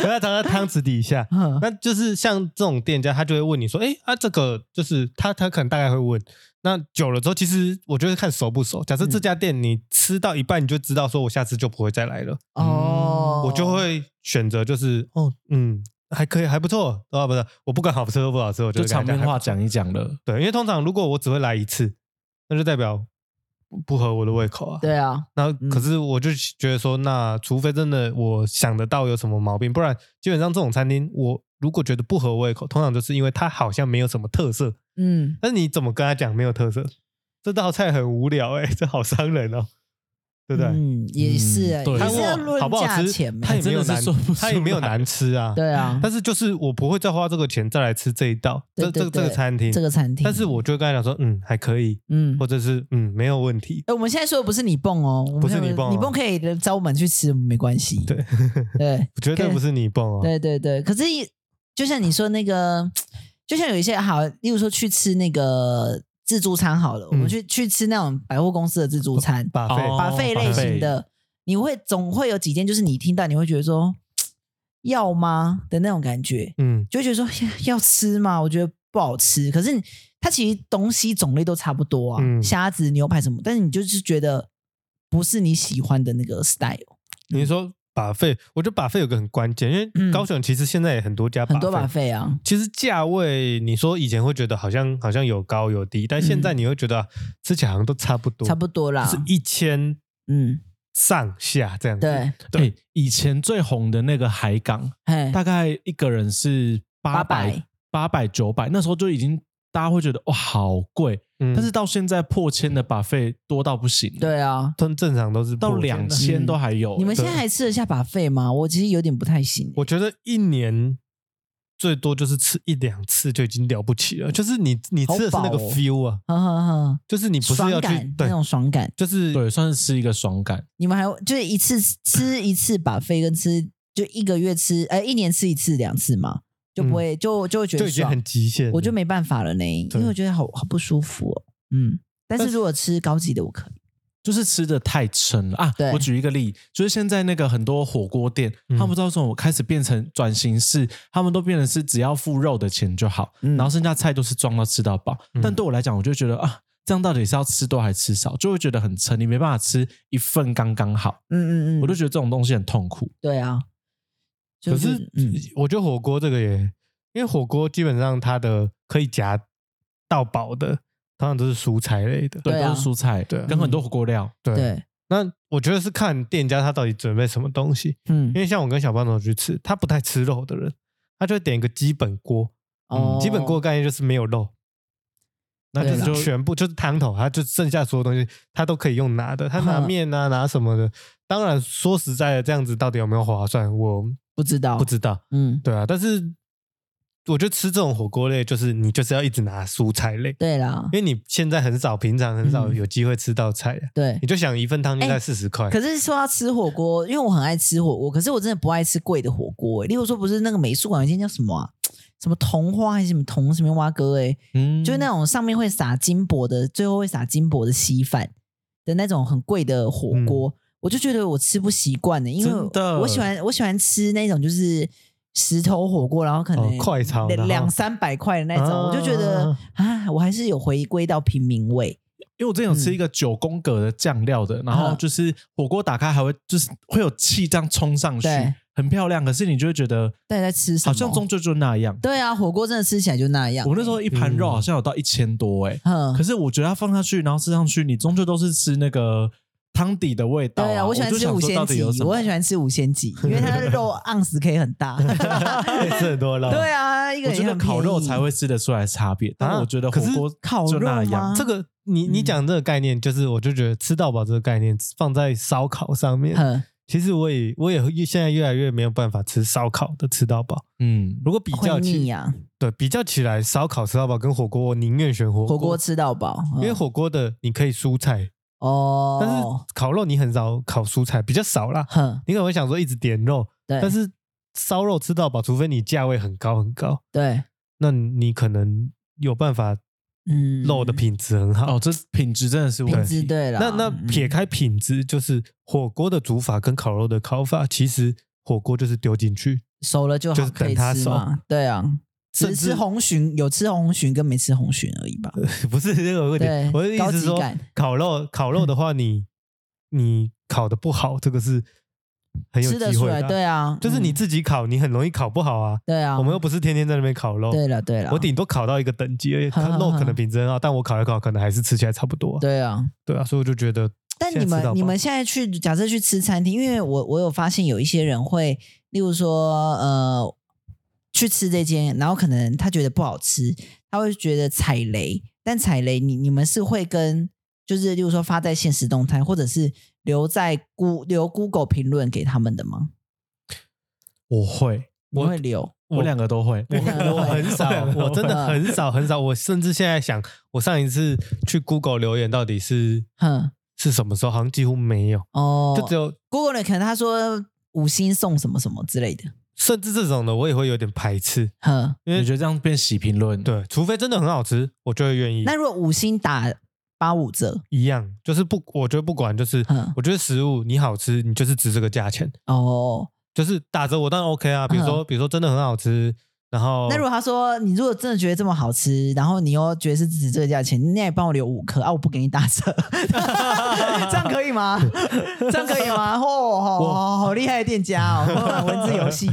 Speaker 1: 然后藏在汤匙底下。
Speaker 2: 嗯
Speaker 1: 那就是像这种店家，他就会问你说：“哎、啊，这个就是他，他可能大概会问。那久了之后，其实我觉得看熟不熟。假设这家店你吃到一半，你就知道说我下次就不会再来了，
Speaker 2: 哦，
Speaker 1: 嗯我就会选择就是哦，嗯，还可以，还不错啊，不是，我不管好吃或不好吃，我就
Speaker 3: 就
Speaker 1: 会
Speaker 3: 场
Speaker 1: 跟他讲
Speaker 3: 面话讲一讲了。
Speaker 1: 对，因为通常如果我只会来一次，那就代表不不合我的胃口啊。
Speaker 2: 对啊，
Speaker 1: 然后
Speaker 2: 嗯
Speaker 1: 可是我就觉得说，那除非真的我想得到有什么毛病，不然基本上这种餐厅，我如果觉得不合胃口，通常就是因为它好像没有什么特色。
Speaker 2: 嗯，
Speaker 1: 但是你怎么跟他讲没有特色？这道菜很无聊哎、这好伤人哦，对不对？
Speaker 2: 嗯，也是
Speaker 3: 嗯，对
Speaker 2: 也
Speaker 1: 他
Speaker 2: 是要
Speaker 1: 问我
Speaker 2: 论
Speaker 1: 好不好
Speaker 2: 价
Speaker 1: 吃
Speaker 2: 钱，嘛
Speaker 1: 他，也没有
Speaker 3: 真的
Speaker 1: 难
Speaker 3: 是说不，
Speaker 1: 他也没有
Speaker 3: 出来
Speaker 1: 难吃啊。
Speaker 2: 对啊，
Speaker 1: 但是就是我不会再花这个钱再来吃这一道，
Speaker 2: 对
Speaker 1: 这
Speaker 2: 对
Speaker 1: 这这个
Speaker 2: 对
Speaker 1: 餐厅，
Speaker 2: 这个餐厅，
Speaker 1: 但是我就跟他讲说，嗯，还可以，
Speaker 2: 嗯
Speaker 1: 或。者是嗯没有问题。
Speaker 2: 哎，我们现在说的不是你蹦哦，我们
Speaker 1: 不是
Speaker 2: 现在
Speaker 1: 你蹦哦
Speaker 2: 你蹦可以找我们去吃，没关系。
Speaker 1: 对，
Speaker 2: 对，
Speaker 1: 绝对
Speaker 2: 跟
Speaker 1: 不是你蹦哦。
Speaker 2: 对对对，可是也就像你说那个，就像有一些好，例如说去吃那个自助餐好了，我们
Speaker 1: 嗯
Speaker 2: 去去吃那种百货公司的自助餐，
Speaker 1: 把费、
Speaker 3: 哦
Speaker 2: 把费类型的，你会总会有几间，就是你听到你会觉得说要吗的那种感觉，
Speaker 1: 嗯，
Speaker 2: 就会觉得说哎要要吃吗？我觉得不好吃，可是你它其实东西种类都差不多啊，
Speaker 1: 嗯
Speaker 2: 虾子、牛排什么，但是你就是觉得不是你喜欢的那个 style，
Speaker 1: 你说把费，我觉得把费有个很关键，因
Speaker 2: 嗯
Speaker 1: 为高雄其实现在也很多家
Speaker 2: 很多把
Speaker 1: 把。
Speaker 2: 费啊，
Speaker 1: 其实价位，你说以前会觉得好像好像有高有低，但现在你会觉得啊吃起来好像都差不多，
Speaker 2: 嗯差不多啦
Speaker 1: 就，是一千
Speaker 2: 嗯，
Speaker 1: 上下这样子。
Speaker 2: 对。
Speaker 1: 对
Speaker 3: 对，哎以前最红的那个海港，
Speaker 2: 哎，
Speaker 1: 嗯
Speaker 3: 大概一个人是八
Speaker 2: 800
Speaker 3: 百、八百、九百，那时候就已经大家会觉得哇好贵，
Speaker 1: 嗯，
Speaker 3: 但是到现在破千的把费多到不行，，
Speaker 2: 对啊，
Speaker 1: 通正常都是
Speaker 3: 到
Speaker 1: 破千
Speaker 3: 两
Speaker 1: 的
Speaker 3: 千都还有。
Speaker 2: 你们现在还吃得下把费吗？我其实有点不太行、
Speaker 1: 哦我觉得一年最多就是吃一两次就已经了不起了，就是你你吃的是那
Speaker 2: 好
Speaker 1: 个
Speaker 2: 饱哦
Speaker 1: feel 啊，
Speaker 2: 呵呵呵，
Speaker 1: 就是你不是
Speaker 2: 爽
Speaker 1: 要去
Speaker 2: 感那
Speaker 1: 对，
Speaker 2: 种爽感，
Speaker 1: 就是
Speaker 3: 对，算是吃一个爽感。
Speaker 2: 你们还就是一次吃一次把费，跟吃就一个月吃，呃，一年吃一次两次嘛，就不会、就就会觉
Speaker 1: 嗯就
Speaker 2: 得
Speaker 1: 已经
Speaker 2: 爽，
Speaker 1: 很极限了。
Speaker 2: 我就没办法了呢，因为我觉得好好不舒服哦。嗯，但是如果吃高级的，我可以。
Speaker 3: 就是吃的太撑了啊
Speaker 2: 对！
Speaker 3: 我举一个例，就是现在那个很多火锅店，
Speaker 1: 嗯
Speaker 3: 他们不知道为什么开始变成转型式，他们都变成是只要付肉的钱就好，
Speaker 2: 嗯
Speaker 3: 然后剩下菜都是装到吃到饱。
Speaker 1: 嗯
Speaker 3: 但对我来讲，我就觉得啊，这样到底是要吃多还是吃少，就会觉得很撑，你没办法吃一份刚刚好。
Speaker 2: 嗯嗯嗯，
Speaker 3: 我就觉得这种东西很痛苦。
Speaker 2: 对啊，就
Speaker 1: 可是
Speaker 2: 嗯，
Speaker 1: 我觉得火锅这个也，因为火锅基本上它的可以夹到饱的，通常都是蔬菜类的。
Speaker 3: 对，
Speaker 2: 对啊
Speaker 3: 都是蔬菜，
Speaker 1: 对啊
Speaker 3: 跟很多火锅料。
Speaker 1: 对
Speaker 2: 对，
Speaker 1: 那我觉得是看店家他到底准备什么东西，
Speaker 2: 嗯
Speaker 1: 因，为像我跟小帮手去吃，他不太吃肉的人，他就会点一个基本锅。
Speaker 2: 哦，
Speaker 1: 基本锅的概念就是没有肉，
Speaker 3: 那
Speaker 2: 对啊
Speaker 3: 就
Speaker 2: 啦
Speaker 1: 就是
Speaker 3: 就
Speaker 1: 全部就是汤头，他就剩下所有东西他都可以用拿的，他 拿
Speaker 2: 哼
Speaker 1: 面啊拿什么的。当然说实在的，这样子到底有没有划算，我
Speaker 2: 不知道，
Speaker 1: 不知道。
Speaker 2: 嗯，
Speaker 1: 对啊，但是我觉得吃这种火锅类，就是你就是要一直拿蔬菜类，
Speaker 2: 对啦，
Speaker 1: 因为你现在很少，平常很少
Speaker 2: 嗯
Speaker 1: 有机会吃到菜啊。
Speaker 2: 对
Speaker 1: 你。就想一份汤就
Speaker 2: 哎
Speaker 1: 在四十块，
Speaker 2: 可是说要吃火锅，因为我很爱吃火锅，可是我真的不爱吃贵的火锅、欸。例如说，不是那个美术馆有一间叫什么啊？什么桐花还是什么桐什么蛙哥、欸？
Speaker 3: 嗯
Speaker 2: 哎，就是那种上面会撒金箔的，最后会撒金箔的稀饭的那种很贵的火锅，我就觉得我吃不习惯的、欸因为
Speaker 3: 嗯真的
Speaker 2: 我喜欢我喜欢吃那种就是石头火锅，然后可能
Speaker 1: 哦快炒的
Speaker 2: 两
Speaker 1: 哈
Speaker 2: 啊两三百块的那种，我就觉得啊，我还是有回归到平民味。
Speaker 3: 因为我之前有吃一个九宫格的酱料的，然后
Speaker 2: 嗯
Speaker 3: 就是火锅打开还会就是会有气这样冲上去
Speaker 2: 对，
Speaker 3: 很漂亮。可是你就会觉得
Speaker 2: 到底在吃什
Speaker 3: 好
Speaker 2: 么？
Speaker 3: 像终究就那样。
Speaker 2: 对啊，火锅真的吃起来就那样。欸
Speaker 3: 我那时候一盘肉
Speaker 1: 嗯
Speaker 3: 好像有到一千多哎、
Speaker 2: 嗯
Speaker 3: 可，是我觉得它放下去，然后吃上去，你终究都是吃那个汤底的味道、
Speaker 2: 对啊，
Speaker 3: 哦我
Speaker 2: 我喜欢
Speaker 3: 就
Speaker 2: 吃
Speaker 3: 想
Speaker 2: 五
Speaker 3: 说
Speaker 2: 仙
Speaker 3: 到底有
Speaker 2: 脊，
Speaker 3: 什么
Speaker 2: 我很喜欢吃五仙脊，因为它的肉盎司可以很 大。
Speaker 1: 吃很多了。
Speaker 2: 对啊，一个
Speaker 3: 我
Speaker 2: 也
Speaker 3: 觉得
Speaker 2: 很便宜啊
Speaker 3: 烤肉才会吃得出来差别，但我觉得火锅
Speaker 2: 可是
Speaker 3: 就那
Speaker 2: 烤肉
Speaker 3: 样
Speaker 2: 吗。
Speaker 1: 这个你你
Speaker 2: 嗯
Speaker 1: 讲这个概念，就是我就觉得吃到饱这个概念放在烧烤上面，
Speaker 2: 嗯
Speaker 1: 其实我也我也现在越来越没有办法吃烧烤的吃到饱。
Speaker 3: 嗯，
Speaker 1: 如果比较
Speaker 2: 会腻啊
Speaker 1: 起，
Speaker 2: 呀，
Speaker 1: 对比较起来，烧烤吃到饱跟火锅，我宁愿选火锅，
Speaker 2: 火锅吃到饱，嗯
Speaker 1: 因为火锅的你可以蔬菜，但是
Speaker 2: 哦，
Speaker 1: 烤肉你很少烤蔬菜，比较少啦。
Speaker 2: 哼，
Speaker 1: 你可能会想说一直点肉，
Speaker 2: 对，
Speaker 1: 但是烧肉吃到饱，除非你价位很高很高，
Speaker 2: 对，
Speaker 1: 那你可能有办法
Speaker 2: 嗯，
Speaker 1: 肉的品质很好。
Speaker 3: 哦，这品质真的是
Speaker 2: 品
Speaker 3: 问
Speaker 2: 质
Speaker 3: 题。
Speaker 2: 对了，
Speaker 1: 那那
Speaker 2: 嗯
Speaker 1: 撇开品质，就是火锅的煮法跟烤肉的烤法，其实火锅就是丢进去，
Speaker 2: 熟了就
Speaker 1: 就
Speaker 2: 好，
Speaker 1: 是
Speaker 2: 可以
Speaker 1: 等它
Speaker 2: 吃嘛，对啊，只是
Speaker 1: 甚至
Speaker 2: 吃红鲟，有吃红鲟跟没吃红鲟而已吧。
Speaker 1: 不是这个问题
Speaker 2: 对。
Speaker 1: 我的意
Speaker 2: 高
Speaker 1: 思
Speaker 2: 级
Speaker 1: 是说
Speaker 2: 感，
Speaker 1: 烤肉烤肉的话你，你烤的不好，这个是很有
Speaker 2: 吃得
Speaker 1: 机
Speaker 2: 出
Speaker 1: 会
Speaker 2: 来，
Speaker 1: 的啊。
Speaker 2: 对啊，
Speaker 1: 就是你
Speaker 2: 嗯
Speaker 1: 自己烤，你很容易烤不好啊。
Speaker 2: 对啊，
Speaker 1: 我们又不是天天在那边烤肉，
Speaker 2: 对了对了，
Speaker 1: 我顶多烤到一个等级而已，
Speaker 2: 好好
Speaker 1: 肉可
Speaker 2: 好
Speaker 1: 能品质很好，但我烤一烤可能还是吃起来差不多啊。
Speaker 2: 对啊，
Speaker 1: 对啊，所以我就觉 得，
Speaker 2: 但
Speaker 1: 现
Speaker 2: 你
Speaker 1: 在吃到
Speaker 2: 们
Speaker 1: 饱
Speaker 2: 你们现在去假设去吃餐厅，因为我我有发现有一些人会，例如说呃，去吃这间，然后可能他觉得不好吃，他会觉得踩雷。但踩雷，你你们是会跟就是例如说发在现实动态，或者是留在 Go 留 Google 评论给他们的吗？
Speaker 3: 我会，
Speaker 2: 你
Speaker 3: 我
Speaker 2: 会留？
Speaker 3: 我两个都会。
Speaker 1: 我
Speaker 2: 我
Speaker 1: 我很少，我 真的很少很少。我甚至现在想，我上一次去 Google 留言到底是
Speaker 2: 哼
Speaker 1: 是什么时候？好像几乎没有，
Speaker 2: 哦，
Speaker 1: 就只有
Speaker 2: Google 的可能他说五星送什么什么之类的，
Speaker 1: 甚至这种的我也会有点排斥。
Speaker 2: 哼。
Speaker 1: 因为
Speaker 3: 你觉得这样变洗评论？，
Speaker 1: 对，除非真的很好吃，我就会愿意。
Speaker 2: 那如果五星打八五折，
Speaker 1: 一样就是不，我觉得不管就是
Speaker 2: 嗯，
Speaker 1: 我觉得食物你好吃，你就是值这个价钱，
Speaker 2: 哦，
Speaker 1: 就是打折我当然 OK 啊。比如说，比如说真的很好吃，然后
Speaker 2: 那如果他说你如果真的觉得这么好吃，然后你又觉得是值这个价钱，那也帮我留五颗啊，我不给你打 折，这样可以吗？这样可以 吗？哦，好好厉害的店家哦， 会玩文字游戏。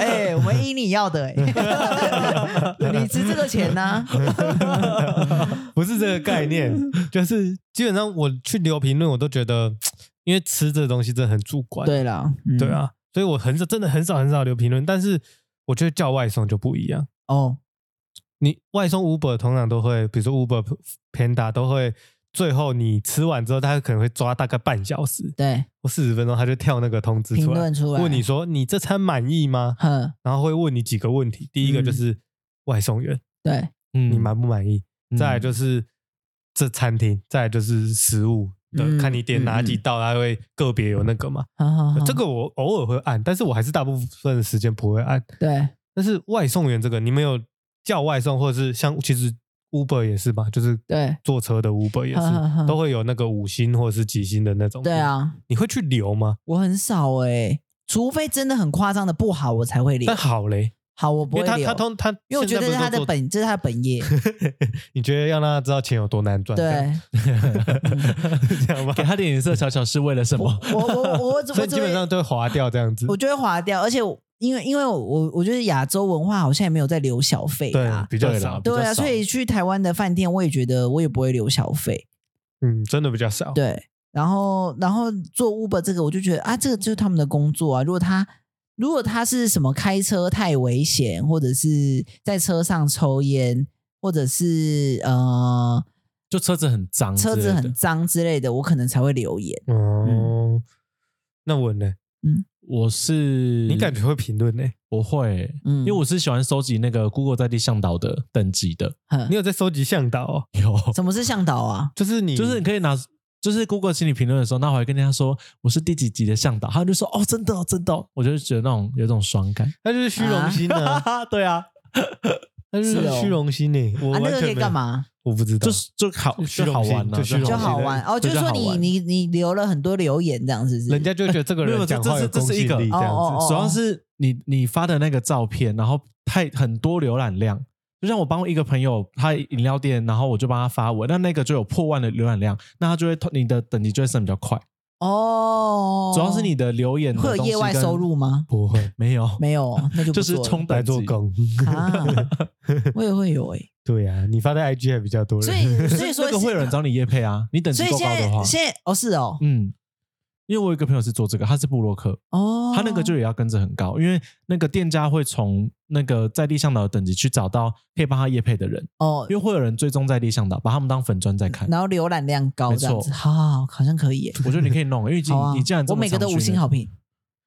Speaker 2: 哎、我们依你要 的、哎，你值这个钱呐、
Speaker 1: 不是这个概 念，就是基本上我去留评论，我都觉得，因为吃这个东西真的很主观，
Speaker 2: 对了，嗯
Speaker 1: 对，啊，所以我很少，真的很少很少留评论。但是我觉得叫外送就不一样，
Speaker 2: 哦，
Speaker 1: 你外送 Uber 通常都会，比如说 Uber、Panda 都会，最后你吃完之后，他可能会抓大概半小时
Speaker 2: 对，
Speaker 1: 或四十分钟，他就跳那个通知
Speaker 2: 评
Speaker 1: 出来，
Speaker 2: 论出来
Speaker 1: 问你，说你这餐满意吗？
Speaker 2: 哼，
Speaker 1: 然后会问你几个问题，第一个就是外送员、
Speaker 2: 对，
Speaker 3: 嗯
Speaker 1: 你满不满意，
Speaker 3: 嗯
Speaker 1: 再 来就是这餐厅，再来就是食物的，
Speaker 2: 嗯哦
Speaker 1: 看你点哪几道，它会个别有那个嘛。
Speaker 2: 好好好，
Speaker 1: 这个我偶尔会按，但是我还是大部分的时间不会按。
Speaker 2: 对，
Speaker 1: 但是外送员这个，你们有叫外送，或者是像其实 Uber 也是吧，就是
Speaker 2: 对
Speaker 1: 坐车的 Uber 也
Speaker 2: 呵呵呵
Speaker 1: 是，都会有那个五星或者是几星的那种。
Speaker 2: 对，啊，
Speaker 1: 你会去留吗？
Speaker 2: 我很少哎、除非真的很夸张的不好，我才会留
Speaker 1: 但。好嘞，
Speaker 2: 好，我不
Speaker 1: 因
Speaker 2: 会
Speaker 1: 为他
Speaker 2: 留
Speaker 1: 他通他，
Speaker 2: 因为我觉得
Speaker 1: 现
Speaker 2: 是
Speaker 1: 在
Speaker 2: 他
Speaker 1: 不是
Speaker 2: 的
Speaker 1: 都做，
Speaker 2: 本，这是他的本业，
Speaker 1: 你觉得要让他知道钱有多难赚，这样
Speaker 2: 对
Speaker 1: 这样吧
Speaker 3: 给，他点颜色瞧瞧是为了什么？
Speaker 2: 我我我我我只
Speaker 1: 所以基本上都会划掉这样子
Speaker 2: 我。就会划掉，而且我因为因为我我觉得亚洲文化好像也没有在留小费
Speaker 1: 对
Speaker 2: 啊，，
Speaker 1: 比较
Speaker 3: 对啦
Speaker 1: 少，
Speaker 3: 比较
Speaker 2: 对啊，
Speaker 3: 少
Speaker 2: 所以去台湾的饭店我也觉得我也不会留小费，
Speaker 1: 嗯，真的比较少。
Speaker 2: 对，然后然后做 Uber 这个我就觉得啊，这个就是他们的工作啊，如果他。如果他是什么开车太危险，或者是在车上抽烟，或者是呃
Speaker 3: 就车子很脏之类
Speaker 2: 车
Speaker 3: 的，
Speaker 2: 子很脏之类的，我可能才会留言。
Speaker 3: 嗯
Speaker 1: 哦，那我呢？
Speaker 3: 我是
Speaker 1: 你感觉会评论呢？
Speaker 3: 我会，
Speaker 2: 嗯
Speaker 3: 因为我是喜欢收集那个 Google 在地向导的等级的，
Speaker 2: 哼
Speaker 1: 你有在收集向导哦？
Speaker 3: 有，
Speaker 2: 什么是向导啊？
Speaker 1: 就是你，
Speaker 3: 就是你可以拿。就是 Google 心理评论的时候，那我还跟人家说我是第几级的向导，他就说哦，真的哦，真的哦，我就觉得那种有一种爽感。
Speaker 1: 他就是虚荣心
Speaker 3: 哈
Speaker 1: 啊，
Speaker 3: 哈， 对啊，
Speaker 1: 他就是是
Speaker 2: 哦
Speaker 1: 虚荣心呢。我
Speaker 2: 啊，
Speaker 1: 完
Speaker 2: 那
Speaker 1: 全
Speaker 2: 个可以
Speaker 1: 没有
Speaker 2: 干？嘛？
Speaker 1: 我不知道，
Speaker 3: 就是就好
Speaker 1: 虚
Speaker 3: 就好
Speaker 1: 荣心
Speaker 3: 玩啊
Speaker 1: 就虚荣
Speaker 2: 就
Speaker 1: 心
Speaker 2: 好玩哦，就是说
Speaker 3: 对就好
Speaker 2: 你
Speaker 3: 玩
Speaker 2: 你你留了很多留言这样子是不是？
Speaker 1: 人家就觉得这个
Speaker 3: 没
Speaker 1: 人
Speaker 3: 有这
Speaker 1: 讲
Speaker 3: 这
Speaker 1: 话有
Speaker 3: 是这
Speaker 1: 公
Speaker 3: 是
Speaker 1: 信
Speaker 3: 一个
Speaker 1: 力这样
Speaker 2: 哦哦
Speaker 1: 子。
Speaker 3: 主要是你你发的那个照片，然后太很多浏览量，就像我帮一个朋友，他饮料店，然后我就帮他发文，那那个就有破万的浏览量，那他就会你的等级就会升比较快。
Speaker 2: 哦，
Speaker 3: 主要是你的留言的
Speaker 2: 会有
Speaker 3: 东西
Speaker 2: 业外
Speaker 3: 跟
Speaker 2: 收入吗？
Speaker 1: 不会
Speaker 3: 没有，
Speaker 2: 没有，那就不
Speaker 3: 就是
Speaker 2: 错了
Speaker 3: 充
Speaker 1: 来
Speaker 3: 等
Speaker 1: 做
Speaker 3: 级
Speaker 1: 工。
Speaker 2: 啊，我也会有哎、
Speaker 1: 对呀、你发在 IG 还比较多人，
Speaker 2: 所 以所以说
Speaker 3: 那个会有人找你叶配啊，你等级
Speaker 2: 所以
Speaker 3: 够
Speaker 2: 现
Speaker 3: 高的
Speaker 2: 在
Speaker 3: 话，
Speaker 2: 现在哦是哦、
Speaker 3: 嗯，因为我有一个朋友是做这个，他是布洛克，
Speaker 2: 哦，
Speaker 3: 他那个就也要跟着很高，因为那个店家会从那个在地向导的等级去找到可以帮他叶配的人，
Speaker 2: 哦
Speaker 3: 因为会有人追踪在地向导，把他们当粉砖在看。
Speaker 2: 然后浏览量高这样子，
Speaker 3: 没错
Speaker 2: 好好好好像可以耶、
Speaker 3: 我觉得你可以弄，因为已经
Speaker 2: 好啊，
Speaker 3: 你既然这
Speaker 2: 我
Speaker 3: 么
Speaker 2: 每个都
Speaker 3: 常
Speaker 2: 五
Speaker 3: 去
Speaker 2: 星
Speaker 3: 那
Speaker 2: 好评，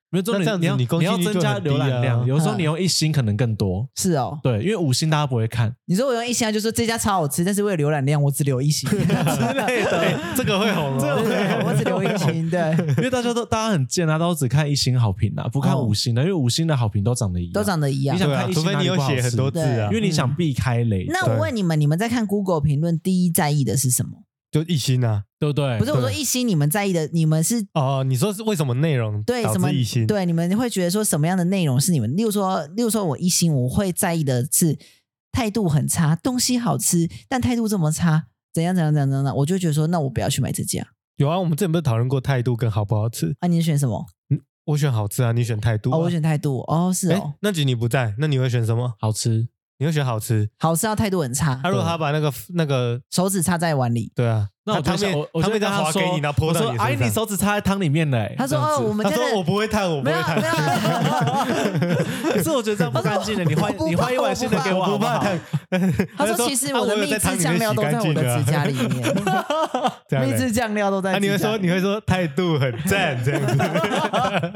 Speaker 3: 没有重
Speaker 1: 那这样
Speaker 3: 点，
Speaker 1: 子
Speaker 3: 你要
Speaker 1: 你攻击
Speaker 3: 要
Speaker 1: 力就
Speaker 3: 增加
Speaker 1: 很低
Speaker 3: 浏览
Speaker 1: 啊
Speaker 3: 量，有时候
Speaker 2: 嗯
Speaker 3: 你用一星可能更多。
Speaker 2: 是哦。
Speaker 3: 对，因为五星大家不会看，
Speaker 2: 你说我用一星啊，就说这家超好吃，但是为了浏览量，我只留 一星之类的。
Speaker 1: 这个会红、哦，
Speaker 2: 对对我只留一星，对，
Speaker 3: 因为大家都大家很贱啊，都只看一星好评啊，不看
Speaker 2: 哦
Speaker 3: 五星的，因为五星的好评都长得一样，
Speaker 2: 都长得一样
Speaker 3: 你。想
Speaker 1: 对啊，
Speaker 3: 看一
Speaker 1: 除
Speaker 3: 星
Speaker 1: 非
Speaker 3: 哪
Speaker 1: 你
Speaker 3: 里
Speaker 1: 有
Speaker 3: 不好
Speaker 1: 写
Speaker 3: 吃
Speaker 1: 很多字啊
Speaker 3: 因，为你想避开雷，
Speaker 2: 那我问你们，你们在看 Google 评论第一在意的是什么？
Speaker 1: 就一心啊。
Speaker 3: 对不对？
Speaker 2: 不是我说一星，你们在意的，你们是
Speaker 1: 哦，你说是为什么内容
Speaker 2: 对
Speaker 1: 导
Speaker 2: 什么
Speaker 1: 致一心？
Speaker 2: 对，你们会觉得说什么样的内容是你们？例如说，例如说我一星，我会在意的是态度很差，东西好吃，但态度这么差，怎样怎样怎样怎样，我就觉得说，那我不要去买这家。
Speaker 1: 有啊，我们之前不是讨论过态度跟好不好吃？
Speaker 2: 啊，你选什么？
Speaker 1: 我选好吃啊，你选态度、啊。
Speaker 2: 哦，我选态度。哦，是
Speaker 1: 哎
Speaker 2: 哦，，
Speaker 1: 那局你不在，那你会选什么？
Speaker 3: 好吃，
Speaker 1: 你会选好吃。
Speaker 2: 好吃到态度很差
Speaker 1: 他、，如果他把那个那个，
Speaker 2: 手指插在碗里。
Speaker 1: 对啊，
Speaker 3: 那我
Speaker 1: 他
Speaker 3: 就
Speaker 1: 面
Speaker 3: 想我我
Speaker 1: 他
Speaker 3: 就
Speaker 1: 面
Speaker 3: 跟
Speaker 1: 在
Speaker 3: 他
Speaker 1: 划
Speaker 3: 说
Speaker 1: 给，你，然后泼
Speaker 3: 我
Speaker 1: 到
Speaker 3: 说
Speaker 1: 你
Speaker 3: 哎，你
Speaker 1: 身上。
Speaker 3: 手指插在汤里面嘞。
Speaker 2: 他说：“
Speaker 3: 这样
Speaker 2: 哦，
Speaker 3: 子
Speaker 2: 我们
Speaker 1: 他
Speaker 2: 家
Speaker 1: 说我
Speaker 2: 的
Speaker 1: 不会烫，我不
Speaker 2: 没
Speaker 1: 会
Speaker 2: 有啊没有
Speaker 1: 烫，，
Speaker 3: 可是我觉得这样不干净的，你换
Speaker 2: 我不
Speaker 3: 你换一碗新的给我
Speaker 1: 我
Speaker 3: 好
Speaker 1: 不怕
Speaker 3: 好？
Speaker 1: 烫。
Speaker 2: 他说其实
Speaker 1: 啊
Speaker 2: 我的
Speaker 1: 有
Speaker 2: 蜜
Speaker 1: 在汤
Speaker 2: 汁
Speaker 1: 里
Speaker 2: 酱
Speaker 1: 面
Speaker 2: 料
Speaker 1: 洗
Speaker 2: 都在
Speaker 1: 干
Speaker 2: 我
Speaker 1: 净
Speaker 2: 的
Speaker 1: 啊
Speaker 2: 指甲里面，
Speaker 1: 这样
Speaker 2: 蜜
Speaker 1: 嘞
Speaker 2: 汁酱料都在
Speaker 1: 啊，你
Speaker 2: 指
Speaker 1: 会
Speaker 2: 甲
Speaker 1: 说
Speaker 2: 里
Speaker 1: 你
Speaker 2: 面。
Speaker 1: 会说态度很赞这样子，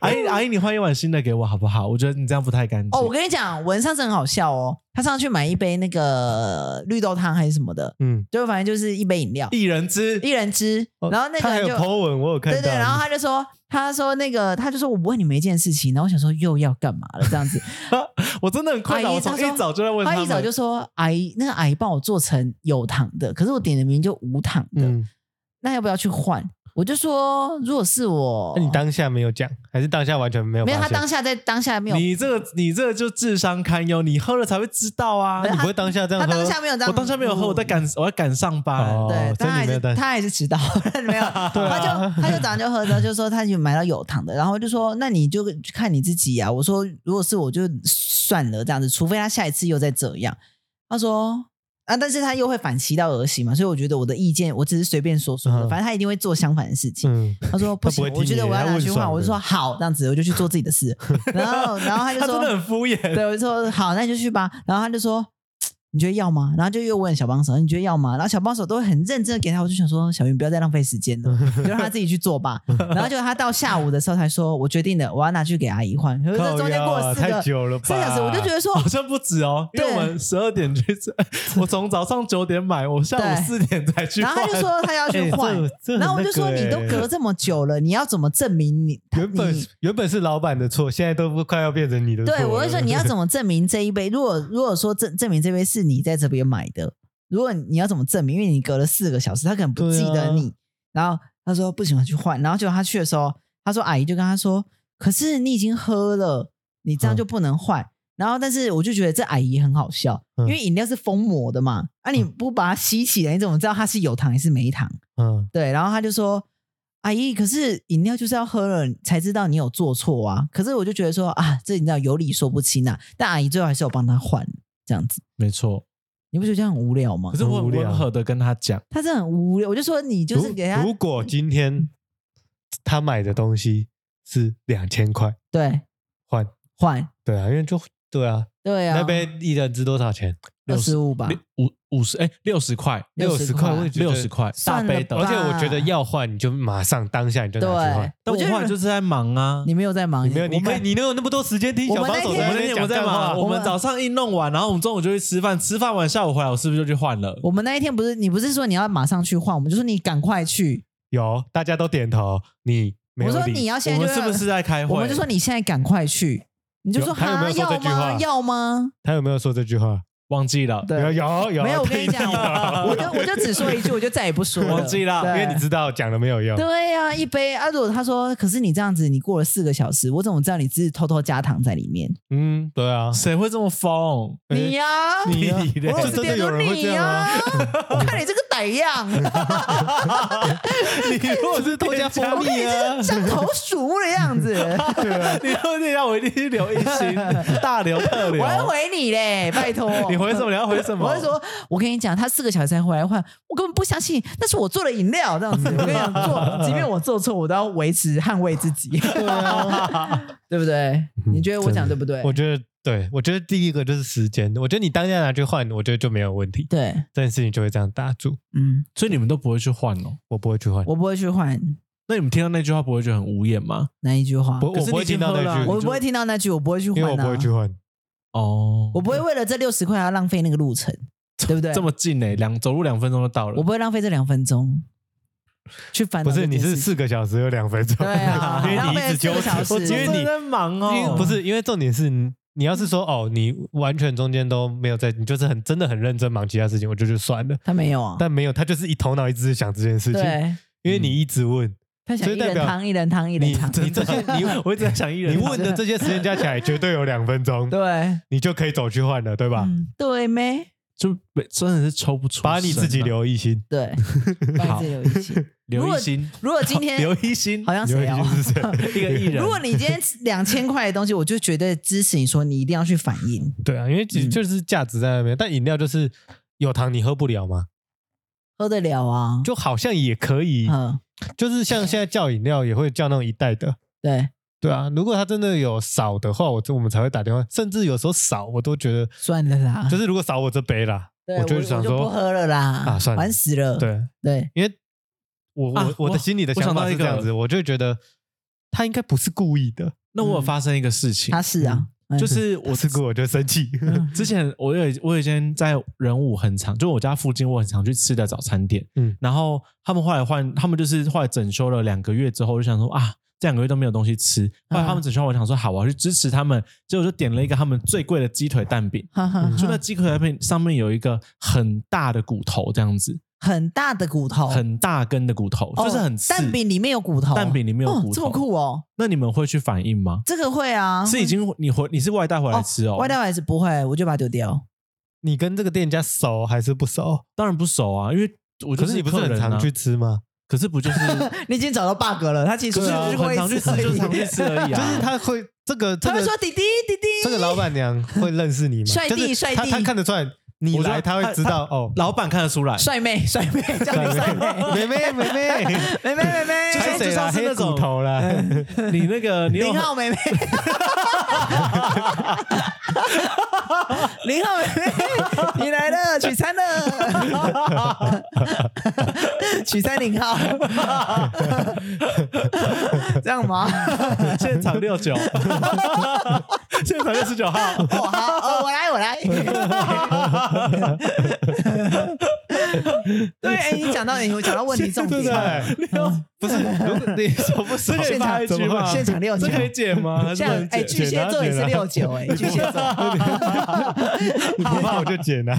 Speaker 3: 阿姨阿姨，你换一碗新的给我好不好？我觉得你这样不太干净。
Speaker 2: 哦，我跟你讲，文上次很好笑哦，他上次去买一杯那个绿豆汤还是什么的，
Speaker 1: 嗯，
Speaker 2: 就反正就是一杯饮料，
Speaker 3: 一人之
Speaker 2: 一人支，
Speaker 1: 哦
Speaker 2: 然后那
Speaker 1: 他还
Speaker 2: 个
Speaker 1: 有
Speaker 2: 就
Speaker 1: po 文，我有看到，
Speaker 2: 对对，然后他就说，他说那个，他就说我问你们一件事情，然后我想说又要干嘛了这样子，
Speaker 3: 我真的很困扰，
Speaker 2: 阿姨
Speaker 3: 我从
Speaker 2: 她说
Speaker 3: 一早就在问
Speaker 2: 他
Speaker 3: 们
Speaker 2: 一早就说阿姨，那个阿姨帮我做成有糖的，可是我点的名就无糖的，
Speaker 1: 嗯，
Speaker 2: 那要不要去换？我就说如果是我，
Speaker 1: 那你当下没有讲，还是当下完全没有发
Speaker 2: 没有
Speaker 1: 现？
Speaker 2: 他当下在当下没有，
Speaker 3: 你这个你这个就智商堪忧，你喝了才会知道啊
Speaker 2: 没。有
Speaker 1: 你不会嗯当下这样
Speaker 2: 他
Speaker 1: 喝？
Speaker 2: 当嗯下没有这样，
Speaker 3: 我当下没有喝，我在赶我在赶上班。
Speaker 1: 哦
Speaker 2: 对，
Speaker 1: 所以
Speaker 2: 但
Speaker 1: 你
Speaker 2: 他还
Speaker 1: 没
Speaker 2: 是
Speaker 1: 有带啊
Speaker 2: 他还是迟到， 没有，他就他就早上就喝着，就说他就买到有糖的，然后我就说那你就看你自己啊。我说如果是我就算了这样子，除非他下一次又再这样。他说啊，但是他又会反其道而行嘛，所以我觉得我的意见我只是随便说说的，
Speaker 1: 嗯
Speaker 2: 反正他一定会做相反的事情。
Speaker 1: 嗯，
Speaker 2: 他说不
Speaker 1: 他不会
Speaker 2: 行，
Speaker 1: 听
Speaker 2: 我觉得
Speaker 1: 你
Speaker 2: 我要
Speaker 1: 他
Speaker 2: 拿
Speaker 1: 问
Speaker 2: 去
Speaker 1: 爽
Speaker 2: 换，我就
Speaker 1: 的
Speaker 2: 说好这样子，我就去做自己的事。然后然后他就
Speaker 3: 他
Speaker 2: 说
Speaker 3: 真的很敷衍。
Speaker 2: 对，我就说好，那你就去吧。然后他就说。你觉得要吗？然后就又问小帮手，你觉得要吗？然后小帮手都会很认真的给他，我就想说，小云不要再浪费时间 了，就让他自己去做吧。然后就他到下午的时候才说，我决定了，我要拿去给阿姨换。可是这中间过了
Speaker 1: 靠腰啊
Speaker 2: 四个
Speaker 1: 太久了吧
Speaker 2: 四个小时，我就觉得说，
Speaker 3: 好像不止哦，因为
Speaker 2: 对
Speaker 3: 我们十二点去 吃，我从早上九点买，我下午
Speaker 2: 对
Speaker 3: 四点才去
Speaker 2: 然
Speaker 3: 换。
Speaker 2: 后他就说他要去换，
Speaker 1: 啊哎这这很
Speaker 2: 然后我就说、
Speaker 1: 那个
Speaker 2: 你都
Speaker 1: 欸
Speaker 2: 隔这么久了，你要怎么证明你？
Speaker 1: 原本
Speaker 2: 你
Speaker 1: 原本是老板的错，现在都快要变成你的错了。
Speaker 2: 对，我会说 你要怎么证明这一杯？如果如果说证证明这杯是你在这边买的，如果你要怎么证明？因为你隔了四个小时，他可能不记
Speaker 1: 啊
Speaker 2: 得你。然后他说不行，我去换。然后结果他去的时候，他说阿姨就跟他说，可是你已经喝了，你
Speaker 1: 嗯
Speaker 2: 这样就不能换。然后，但是我就觉得这阿姨很好笑，
Speaker 1: 嗯
Speaker 2: 因为饮料是封膜的嘛，啊，你不把它吸起来，你怎么知道它是有糖还是没糖？
Speaker 1: 嗯，
Speaker 2: 对，然后他就说：“阿姨，可是饮料就是要喝了才知道你有做错啊。”可是我就觉得说啊，这你知道有理说不清啊。但阿姨最后还是有帮他换这样子，
Speaker 3: 没错，
Speaker 2: 你不觉得这样很无聊吗
Speaker 3: 可？是我很
Speaker 1: 很无聊
Speaker 3: 温和的跟他讲，
Speaker 2: 他是很无聊，我就说你就是给他嗯
Speaker 1: 如如果今天他买的东西是两千块
Speaker 2: 对
Speaker 1: 换，
Speaker 2: 换
Speaker 1: 对啊，因为就对啊，
Speaker 2: 对啊，
Speaker 1: 那杯一人值多少钱？
Speaker 2: 二十五吧，
Speaker 3: 五五十哎六十块，
Speaker 2: 六
Speaker 1: 十
Speaker 2: 十
Speaker 1: 块，
Speaker 2: 块
Speaker 1: 我也觉得
Speaker 3: 六十。块大
Speaker 2: 算了
Speaker 3: 杯的
Speaker 1: 而
Speaker 2: 吧。
Speaker 1: 且我觉得要换，你就马上当下你就拿去换
Speaker 2: 对。，
Speaker 3: 但我
Speaker 2: 觉得
Speaker 3: 后来就是在忙啊。
Speaker 2: 你没有在忙，欸
Speaker 1: 你没有，你
Speaker 2: 我
Speaker 1: 可以，
Speaker 2: 们
Speaker 1: 你能有那么多时间听
Speaker 2: 我
Speaker 1: 小
Speaker 2: 们
Speaker 1: 帮
Speaker 2: 那
Speaker 1: 手
Speaker 2: 天
Speaker 3: 我
Speaker 1: 在
Speaker 3: 们
Speaker 1: 那
Speaker 3: 那
Speaker 1: 边
Speaker 3: 天
Speaker 1: 讲
Speaker 3: 我在
Speaker 1: 干话
Speaker 3: 忙，？我
Speaker 2: 我
Speaker 3: 们
Speaker 2: 们
Speaker 3: 早上一弄完，然后我们中午就去吃饭，吃饭完下午回来，我是不是就去换了？
Speaker 2: 我们那一天不是你不是说你要马上去换，我们就说你赶快去，
Speaker 1: 有，大家都点头，你没有
Speaker 2: 我
Speaker 1: 理。
Speaker 2: 说你要现
Speaker 3: 我
Speaker 2: 在
Speaker 3: 们
Speaker 2: 就要
Speaker 3: 是不是在开会？
Speaker 2: 我们就说你现在赶快去，你就
Speaker 1: 有
Speaker 2: 说
Speaker 1: 他有没
Speaker 2: 哈
Speaker 1: 有说这
Speaker 2: 要
Speaker 1: 句话
Speaker 2: 吗要吗？
Speaker 1: 他有没有说这句话？
Speaker 3: 忘记了，
Speaker 2: 对
Speaker 1: 有啊有有，
Speaker 2: 没有，我跟你讲，我我就我就只说一句，我就再也不说了。
Speaker 3: 忘记了
Speaker 1: 因
Speaker 2: 对
Speaker 1: 为你知道讲了没有用，
Speaker 2: 对呀、一杯啊！如果他说，可是你这样子，你过了四个小时，我怎么知道你只是偷偷加糖在里面？
Speaker 1: 嗯，对啊，
Speaker 3: 谁会这么 疯？
Speaker 1: 哎
Speaker 2: 你呀、
Speaker 1: 你
Speaker 3: 屁
Speaker 1: 就
Speaker 3: 嘞这
Speaker 2: 我老
Speaker 1: 真
Speaker 2: 是
Speaker 1: 的
Speaker 2: 点
Speaker 1: 有
Speaker 2: 说
Speaker 1: 人会
Speaker 2: 你啊
Speaker 1: 这样
Speaker 2: 呀、
Speaker 1: 吗？
Speaker 2: 我看你这个歹 样，
Speaker 1: 你如果是多加蜂
Speaker 2: 我看
Speaker 1: 蜜
Speaker 2: 你这
Speaker 1: 啊
Speaker 2: 个，像投鼠的样子，
Speaker 3: 你说这样，我一定是留一星， 大留特留
Speaker 2: 我。还回你嘞，拜托。
Speaker 3: 你回什么？你要回什么？
Speaker 2: 我会说，我跟你讲，他四个小时才回来换，我根本不相信那是我做的饮料这样 子。我跟你讲，做，即便我做错，我都要维持捍卫自 己，对
Speaker 3: 啊
Speaker 2: 不对？你觉得我讲对不对？
Speaker 1: 嗯我觉得对，我觉得第一个就是时间，我觉得你当下拿去换，我觉得就没有问题，
Speaker 2: 对，
Speaker 1: 这件事情就会这样打住，
Speaker 2: 嗯，
Speaker 3: 所以你们都不会去换哦。
Speaker 1: 我不会去换，
Speaker 2: 我不会去换
Speaker 3: 那你们听到那句话不会觉得很无言吗？
Speaker 2: 那一句话，
Speaker 1: 不
Speaker 3: 可
Speaker 1: 我
Speaker 3: 是你
Speaker 1: 不会
Speaker 3: 已经
Speaker 1: 听到
Speaker 3: 喝了啊
Speaker 1: 那句，
Speaker 2: 我不会听到那句，我不会去换、
Speaker 1: 因
Speaker 2: 啊，
Speaker 1: 为我不会去换，
Speaker 3: 哦，
Speaker 2: 我不会为了这六十块而浪费那个路程，对不对？
Speaker 3: 这么近呢，两走路两分钟就到了。
Speaker 2: 我不会浪费这两分钟去烦恼
Speaker 1: 不
Speaker 2: 这
Speaker 1: 是
Speaker 2: 件事
Speaker 1: 你
Speaker 2: 情。
Speaker 1: 是四个小时有两分钟，
Speaker 2: 对啊
Speaker 1: 因为
Speaker 2: 浪
Speaker 1: 你
Speaker 2: 费
Speaker 1: 一直纠
Speaker 2: 四个小
Speaker 1: 缠，
Speaker 2: 时
Speaker 1: 我因为
Speaker 3: 真的
Speaker 1: 你
Speaker 3: 在忙哦，
Speaker 1: 因为不是，因为重点是你你要是说哦，你完全中间都没有在，你就是很真的很认真忙其他事情，我就就算了。
Speaker 2: 他没有啊，
Speaker 1: 但没有，他就是一头脑一直想这件事情，
Speaker 2: 对，
Speaker 1: 因为你一直问，
Speaker 2: 他想
Speaker 1: 所
Speaker 2: 一
Speaker 1: 以代
Speaker 2: 人
Speaker 1: 表
Speaker 2: 汤一人汤一人
Speaker 1: 你
Speaker 2: 汤，
Speaker 1: 你这些你
Speaker 3: 我一直在想一人
Speaker 1: 你问的这些时间加起来绝对有两分 钟，
Speaker 2: 对
Speaker 1: 你就可以走去换了，对吧？
Speaker 2: 嗯，对没？
Speaker 3: 就没真的是抽不出身啊，
Speaker 1: 把你自己留一心，
Speaker 2: 对， 帮自己留一心。
Speaker 3: 留一心，
Speaker 2: 如果今天
Speaker 3: 留一心，
Speaker 2: 好像
Speaker 1: 留
Speaker 2: 谁
Speaker 1: 一
Speaker 2: 哦
Speaker 1: 心？是谁？
Speaker 3: 一个艺人。
Speaker 2: 如果你今天两千块的东西，我就绝对支持你说你一定要去反应。
Speaker 1: 对啊，因为其实就是价值在那边，但饮料就是有糖你喝不了嘛，
Speaker 2: 喝得了啊，
Speaker 1: 就好像也可以，
Speaker 2: 嗯，
Speaker 1: 就是像现在叫饮料也会叫那种一袋的，
Speaker 2: 对，
Speaker 1: 对啊，如果他真的有少的话，我这我们才会打电话。甚至有时候少，我都觉得
Speaker 2: 算了
Speaker 3: 啊
Speaker 2: 啦
Speaker 1: 就是如果少我这杯啦，
Speaker 2: 对
Speaker 1: 就
Speaker 2: 我
Speaker 1: 会想
Speaker 2: 我就不
Speaker 1: 说
Speaker 2: 喝了啦，
Speaker 1: 啊算了
Speaker 2: 玩死了。
Speaker 1: 对，
Speaker 2: 对，
Speaker 1: 因为我我、
Speaker 3: 嗯啊
Speaker 1: 我
Speaker 3: 我
Speaker 1: 的心里的
Speaker 3: 我
Speaker 1: 想
Speaker 3: 想
Speaker 1: 法
Speaker 3: 到
Speaker 1: 是
Speaker 3: 一个
Speaker 1: 这样子，我就会觉得他应该不是故意的，
Speaker 3: 那我有发生一个事情
Speaker 2: 嗯他，是啊，嗯
Speaker 3: 就是
Speaker 1: 我
Speaker 3: 我
Speaker 1: 吃过我就生气。
Speaker 3: 之前我有我有一间在仁武很常，就我家附近我很常去吃的早餐店，嗯
Speaker 1: 嗯，
Speaker 3: 然后他们后来换，他们就是后来整修了两个月之后，我就想说啊，这两个月都没有东西吃，后来
Speaker 2: 嗯
Speaker 3: 他们整修完，我想说好，我要去支持他们，结果就点了一个他们最贵的鸡腿蛋饼，
Speaker 2: 哈哈
Speaker 3: 就那
Speaker 2: 哈
Speaker 3: 鸡腿蛋饼上面有一个很大的骨头，这样子，
Speaker 2: 很大的骨头，
Speaker 3: 很大根的骨头，
Speaker 2: 哦
Speaker 3: 就是很刺
Speaker 2: 蛋饼里面有骨头，
Speaker 3: 蛋饼里面有骨头，
Speaker 2: 哦这么酷哦！
Speaker 3: 那你们会去反应吗？
Speaker 2: 这个会啊，
Speaker 3: 是已经你回你是外带回来吃哦，
Speaker 2: 外带还是不会，我就把它丢掉。
Speaker 1: 你跟这个店家熟还是不熟？
Speaker 3: 当然不熟啊，因为我就
Speaker 1: 可是你不是
Speaker 3: 客人
Speaker 1: 很
Speaker 3: 啊
Speaker 1: 常去，吃吗？
Speaker 3: 可是不 就是
Speaker 2: 你已经找到 bug 了，他其实
Speaker 3: 就是
Speaker 2: 就是
Speaker 3: 啊很
Speaker 2: 会
Speaker 3: 常去吃，
Speaker 2: 而已
Speaker 3: 就是常去吃而已
Speaker 1: 就
Speaker 3: 啊。
Speaker 1: 是他会这个这
Speaker 2: 他会
Speaker 1: 个
Speaker 2: 说弟弟弟弟，
Speaker 1: 这个老板娘会认识你吗？
Speaker 2: 帅弟
Speaker 1: 就是
Speaker 2: 帅
Speaker 1: 他
Speaker 2: 弟
Speaker 1: 他看得出来你
Speaker 3: 我觉得
Speaker 1: 来，他会知道哦。
Speaker 3: 老板看得出来，
Speaker 2: 帅妹帅妹叫你帅妹
Speaker 1: 妹妹妹妹，
Speaker 2: 妹妹妹 妹
Speaker 3: 就
Speaker 1: 拍
Speaker 3: 像
Speaker 1: 谁啦？
Speaker 3: 是那
Speaker 1: 黑
Speaker 3: 种
Speaker 1: 骨头啦。 嗯
Speaker 3: 你那个你有
Speaker 2: 零号妹 妹。零号妹妹，你来了，取 餐了，取餐零号，这样吗？
Speaker 3: 现场六 九，现场六十九号，
Speaker 2: 哦，好，哦，我来，我 来。对，哎、你讲到你，我讲到问题重
Speaker 1: 对
Speaker 2: 点
Speaker 1: 不，对？不是，如果你说不是
Speaker 3: 这可以
Speaker 2: 现场
Speaker 3: 发一
Speaker 1: 怎
Speaker 3: 句
Speaker 1: 么
Speaker 3: 吗？
Speaker 2: 现场六九
Speaker 3: 这可以解吗？还是
Speaker 2: 像
Speaker 3: 不能
Speaker 2: 哎、
Speaker 3: 解
Speaker 2: 巨蟹座也是六九 哎、巨蟹座，
Speaker 1: 你不怕我就 剪啊，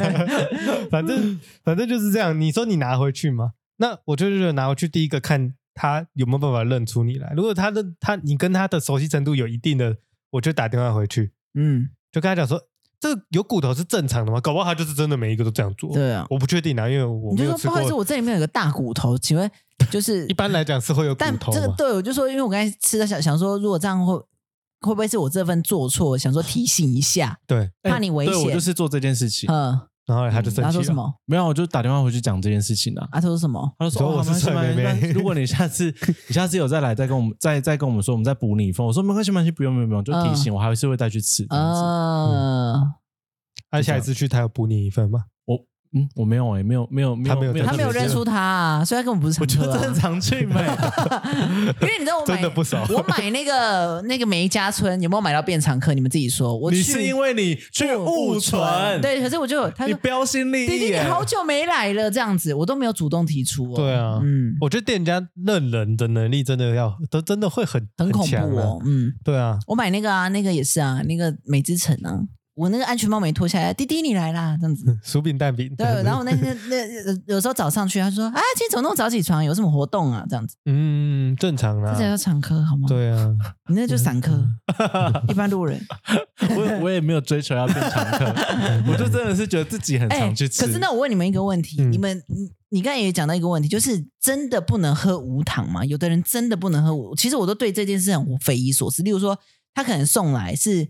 Speaker 1: 反正反正就是这样。你说你拿回去吗？那我就觉得拿回去第一个看他有没有办法认出你来。如果他的他你跟他的熟悉程度有一定的，我就打电话回去，
Speaker 2: 嗯，
Speaker 1: 就跟他讲说，这个有骨头是正常的吗？搞不好他就是真的每一个都这样做。
Speaker 2: 对啊
Speaker 1: 我不确定啊，因为我
Speaker 2: 你
Speaker 1: 没
Speaker 2: 就
Speaker 1: 有
Speaker 2: 说
Speaker 1: 吃
Speaker 2: 不好意思，
Speaker 1: 过。
Speaker 2: 我这里面有个大骨头，请 问就是
Speaker 1: 一般来讲是会有骨
Speaker 2: 但
Speaker 1: 头
Speaker 2: 这个
Speaker 1: 嘛？
Speaker 2: 对，我就说，因为我刚才吃的想想说，如果这样会会不会是我这份做错，想说提醒一 下，
Speaker 1: 对，
Speaker 2: 怕你危
Speaker 3: 对我
Speaker 2: 险
Speaker 3: 就。是做这件事情，
Speaker 2: 嗯，
Speaker 1: 然后他就生气
Speaker 2: 他
Speaker 1: 了。
Speaker 2: 说什么？
Speaker 3: 没有，啊我就打电话回去讲这件事情啊。
Speaker 2: 啊，他说什么？
Speaker 3: 他就说：“
Speaker 1: 说
Speaker 3: 哦
Speaker 1: 我是
Speaker 3: 没关系
Speaker 1: 帅妹
Speaker 3: 没
Speaker 1: 妹
Speaker 3: 关系如果你下次你下次有再来，再跟我们再再跟我们说，我们再补你一份。”我说：“没关系，没关系，不用不用不用，就提醒我，还是会带去吃。”这样子。
Speaker 2: 哦嗯，
Speaker 1: 他下一次去，他有补你一份吗？
Speaker 3: 我嗯，我没有哎、没有没有没有，
Speaker 1: 他没有
Speaker 2: 哦他没有
Speaker 1: 这个
Speaker 2: 认出他、啊，所以他根本不是
Speaker 3: 我
Speaker 2: 常
Speaker 3: 就
Speaker 2: 客、
Speaker 3: 正
Speaker 2: 啊。
Speaker 3: 常 去买，
Speaker 2: 因为你知道我买
Speaker 1: 真的不熟
Speaker 2: 我买那个那个梅家村有没有买到变常客？你们自己说。我
Speaker 3: 你
Speaker 2: 去
Speaker 3: 是因为你去误
Speaker 2: 误
Speaker 3: 存，，
Speaker 2: 对，可是我就他
Speaker 3: 你
Speaker 2: 说
Speaker 3: 标新立
Speaker 2: 弟
Speaker 3: 异欸
Speaker 2: 弟你
Speaker 3: 耶、
Speaker 2: 好久没来了，这样子我都没有主动提出、哦。
Speaker 1: 哎对啊
Speaker 2: 嗯，
Speaker 1: 我觉得店家认人的能力真的要，都真的会很
Speaker 2: 很恐
Speaker 1: 强
Speaker 2: 怖
Speaker 1: 啊
Speaker 2: 哦，嗯。
Speaker 1: 对啊，
Speaker 2: 我买那个啊，那个也是啊，那个美之城啊，我那个安全帽没脱下来，弟弟你来啦，这样子。
Speaker 1: 薯饼蛋饼。
Speaker 2: 对， 然后我那天那那有时候早上去，他说啊，今天怎么那么早起床？有什么活动啊？这样子，
Speaker 1: 嗯，正常啦
Speaker 2: 这。叫散客好吗？，
Speaker 1: 对啊，
Speaker 2: 你那就散 客，一般路人。
Speaker 3: 我我也没有追求要变常客，我就真的是觉得自己很
Speaker 2: 哎，
Speaker 3: 常去吃。
Speaker 2: 可是那我问你们一个问题，
Speaker 1: 嗯
Speaker 2: 你们你你刚才也讲到一个问题，就是真的不能喝无糖吗？有的人真的不能喝无，其实我都对这件事很匪夷所思。例如说，他可能送来是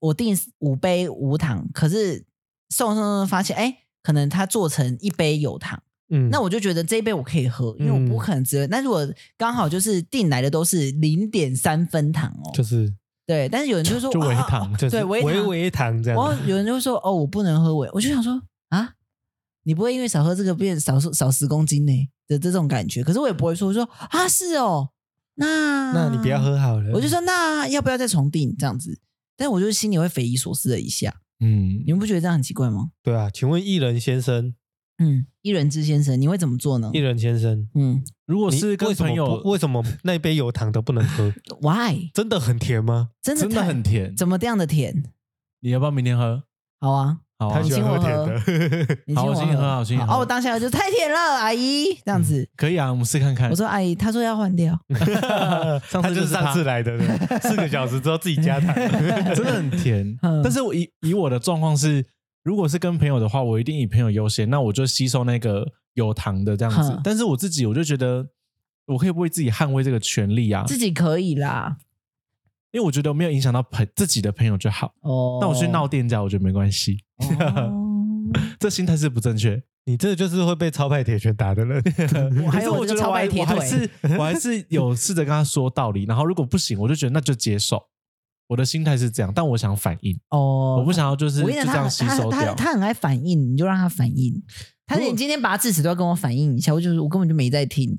Speaker 2: 我订五杯无糖，可是送送送发现，哎，可能他做成一杯有糖，
Speaker 1: 嗯，
Speaker 2: 那我就觉得这一杯我可以喝，因为我
Speaker 1: 嗯
Speaker 2: 不可能只有。那如果刚好就是订来的都是零点三分糖哦，
Speaker 1: 就是
Speaker 2: 对，但是有人就说
Speaker 3: 就微
Speaker 2: 啊
Speaker 3: 糖，
Speaker 1: 就是
Speaker 2: 对微糖
Speaker 1: 微微糖这样。
Speaker 2: 然后有人就会说：“哦，我不能喝尾。”我就想说：“啊，你不会因为少喝这个变少少十公斤呢、的这种感觉？”可是我也不会说我说啊，是哦，那
Speaker 1: 那你不要。喝好了。
Speaker 2: 我就说那要不要再重订这样子？但我就心里会匪夷所思了一下。
Speaker 3: 嗯
Speaker 2: 你，们不觉得这样很奇怪吗？
Speaker 1: 对啊，请问艺人先生，
Speaker 2: 嗯，一人之先生，你会怎么做呢
Speaker 1: 艺？人先生，
Speaker 2: 嗯
Speaker 3: 如果
Speaker 1: 你
Speaker 3: 是跟
Speaker 1: 为什
Speaker 3: 朋
Speaker 1: 么
Speaker 3: 友
Speaker 1: 不，为什么那杯有糖的不能 喝？
Speaker 2: ，Why？
Speaker 1: 真的很甜吗？
Speaker 2: 真的
Speaker 3: 真的
Speaker 2: 太
Speaker 3: 很甜，
Speaker 2: 怎么这样的甜？
Speaker 3: 你要不要明天喝？
Speaker 2: 好啊，
Speaker 3: 好啊
Speaker 1: 他，喜欢
Speaker 2: 请我
Speaker 1: 甜的。
Speaker 2: 你
Speaker 3: 好
Speaker 2: 请
Speaker 3: 我请你喝好
Speaker 2: 喝，
Speaker 3: 我请你喝
Speaker 2: 哦，我当下就太甜了，阿姨这样子。
Speaker 3: 可以啊，我们试看看。
Speaker 2: 我说阿姨，她说要换掉，
Speaker 1: 嗯
Speaker 2: 哦
Speaker 3: 上
Speaker 1: 他
Speaker 3: 次就
Speaker 1: 就
Speaker 3: 是是
Speaker 1: 上
Speaker 3: 他
Speaker 1: 次来的，对四个小时之后自己 加糖。
Speaker 3: 真的很甜
Speaker 2: 嗯。
Speaker 3: 但是我以以我的状况是，如果是跟朋友的话，我一定以朋友优先，那我就吸收那个有糖的这样子
Speaker 2: 嗯。
Speaker 3: 但是我自己，我就觉得我可以为自己捍卫这个权利啊，
Speaker 2: 自己可以啦。
Speaker 3: 因为我觉得没有影响到朋自己的朋友就好。
Speaker 2: 哦，
Speaker 3: 那我去闹店家，我觉得没关系，
Speaker 2: 哦
Speaker 3: 这心态是不正确。
Speaker 1: 你这就是会被超派铁拳打 的人。
Speaker 2: 我还
Speaker 3: 可是
Speaker 2: 有
Speaker 3: 我觉
Speaker 2: 这个
Speaker 3: 得
Speaker 2: 超
Speaker 3: 我
Speaker 2: 白
Speaker 3: 还
Speaker 2: 铁
Speaker 3: 我还
Speaker 2: 腿，
Speaker 3: 是我还是 有试着跟他说道理，然后如果不行，我就觉得那就接受。我的心态是这样，但我想反应，
Speaker 2: 哦
Speaker 3: 我不。想要就是
Speaker 2: 我
Speaker 3: 就
Speaker 2: 跟你
Speaker 3: 这
Speaker 2: 讲，他
Speaker 3: 样吸
Speaker 2: 他
Speaker 3: 收
Speaker 2: 他
Speaker 3: 掉。
Speaker 2: 他很爱反应，你就让他反应。他
Speaker 3: 如果
Speaker 2: 连今天拔智齿都要跟我反应一下，我就是我根本就没 在听。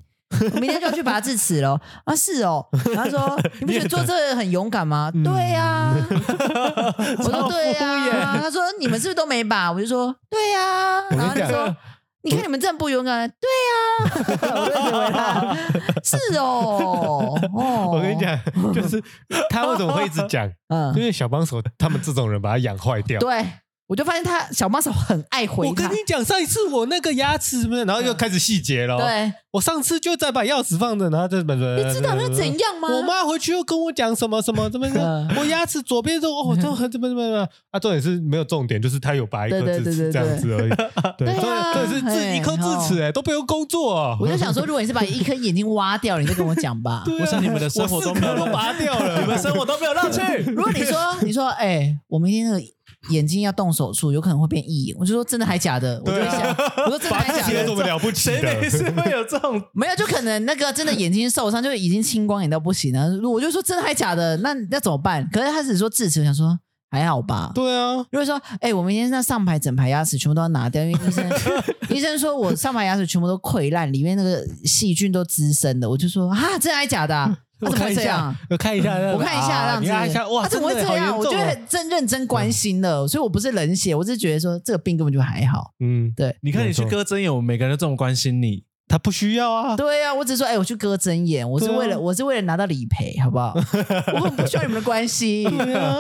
Speaker 2: 我明天就要去拔智齿了啊！是哦，然 后他说你不觉得做这个很勇敢吗？
Speaker 1: 嗯
Speaker 2: 对呀，我说对啊
Speaker 1: 敷
Speaker 2: 呀。
Speaker 1: 衍
Speaker 2: 他说你们是不是都没拔？我就说对呀。
Speaker 1: 跟你
Speaker 2: 然后他
Speaker 1: 讲
Speaker 2: 说你看你们真的不勇敢。对 呀，我就回答 是哦哦。
Speaker 1: 我跟你，讲，就是他为什么会一直讲，
Speaker 2: 嗯
Speaker 1: 因为小帮手他们这种人把他养坏掉。
Speaker 2: 对，我就发现他小帮手很爱回
Speaker 1: 我
Speaker 2: 他
Speaker 1: 跟你，讲，上一次我那个牙齿什么的，然后又开始细节了。，
Speaker 2: 对，
Speaker 1: 我上次就在把钥匙放着，然后就
Speaker 2: 你
Speaker 1: 你
Speaker 2: 知道他怎样吗？
Speaker 1: 我妈回去又跟我讲什么什么怎 么
Speaker 2: 嗯
Speaker 1: 样，我牙齿左边都哦，这很怎么怎么怎么啊？重点是没有重点，就是他有拔一颗
Speaker 2: 对对对对对
Speaker 1: 智齿这样子而已。对
Speaker 2: 对
Speaker 1: 重
Speaker 2: 啊
Speaker 1: 点重点是智
Speaker 2: 嘿
Speaker 1: 一颗智齿哎都不用工作哦，
Speaker 2: 我就想说，如果你是把一颗眼睛挖掉，你再跟我讲吧。
Speaker 1: 对啊
Speaker 3: 我想你们的生活都没有
Speaker 1: 我四颗都拔掉 了，
Speaker 3: 你们生活都没有乐 趣。
Speaker 2: 如果你说你说，哎、我明天那个眼睛要动手术，有可能会变异眼，我就说真的还假的？我就
Speaker 1: 对
Speaker 2: 会
Speaker 1: 啊
Speaker 2: 想， 我说真的
Speaker 1: 拔
Speaker 2: 还
Speaker 1: 智
Speaker 2: 假
Speaker 1: 齿有什
Speaker 2: 的？
Speaker 1: 么了不起
Speaker 3: 谁没
Speaker 1: 的？
Speaker 3: 事会有这种？
Speaker 2: 没有，就可能那个真的眼睛受伤，就已经青光眼到不行了。如果我就说真的还假的，那那怎么办？可是他只说智齿，我想说还好吧。
Speaker 1: 对啊，
Speaker 2: 如果说，哎、我明天那上排整排牙齿全部都要拿掉，因为医 生医生说我上排牙齿全部都溃烂，里面那个细菌都滋生的，我就说啊，真的还假的、啊？他
Speaker 1: 嗯我
Speaker 2: 怎么
Speaker 1: 看
Speaker 2: 会
Speaker 1: 一
Speaker 2: 这样
Speaker 1: 下？，我看一下，
Speaker 2: 我看一
Speaker 1: 啊
Speaker 2: 下，这
Speaker 1: 你
Speaker 2: 样
Speaker 1: 看
Speaker 2: 子，
Speaker 1: 一下，哇，
Speaker 2: 他怎么会
Speaker 1: 真的
Speaker 2: 这
Speaker 1: 好严
Speaker 2: 样？我
Speaker 1: 重
Speaker 2: 觉
Speaker 3: 啊
Speaker 1: 哦
Speaker 2: 得真认真关心了，所以我不是冷血，我是觉得说这个病根本就还好。
Speaker 1: 嗯，
Speaker 3: 你看你去割针眼，我们每个人都这么关心你，
Speaker 1: 他不需要啊，
Speaker 2: 对啊，我只是说，哎，我去割针眼，我是
Speaker 1: 对啊
Speaker 2: 为了我是为了拿到理赔，好不 好？我很不需要你们的关心，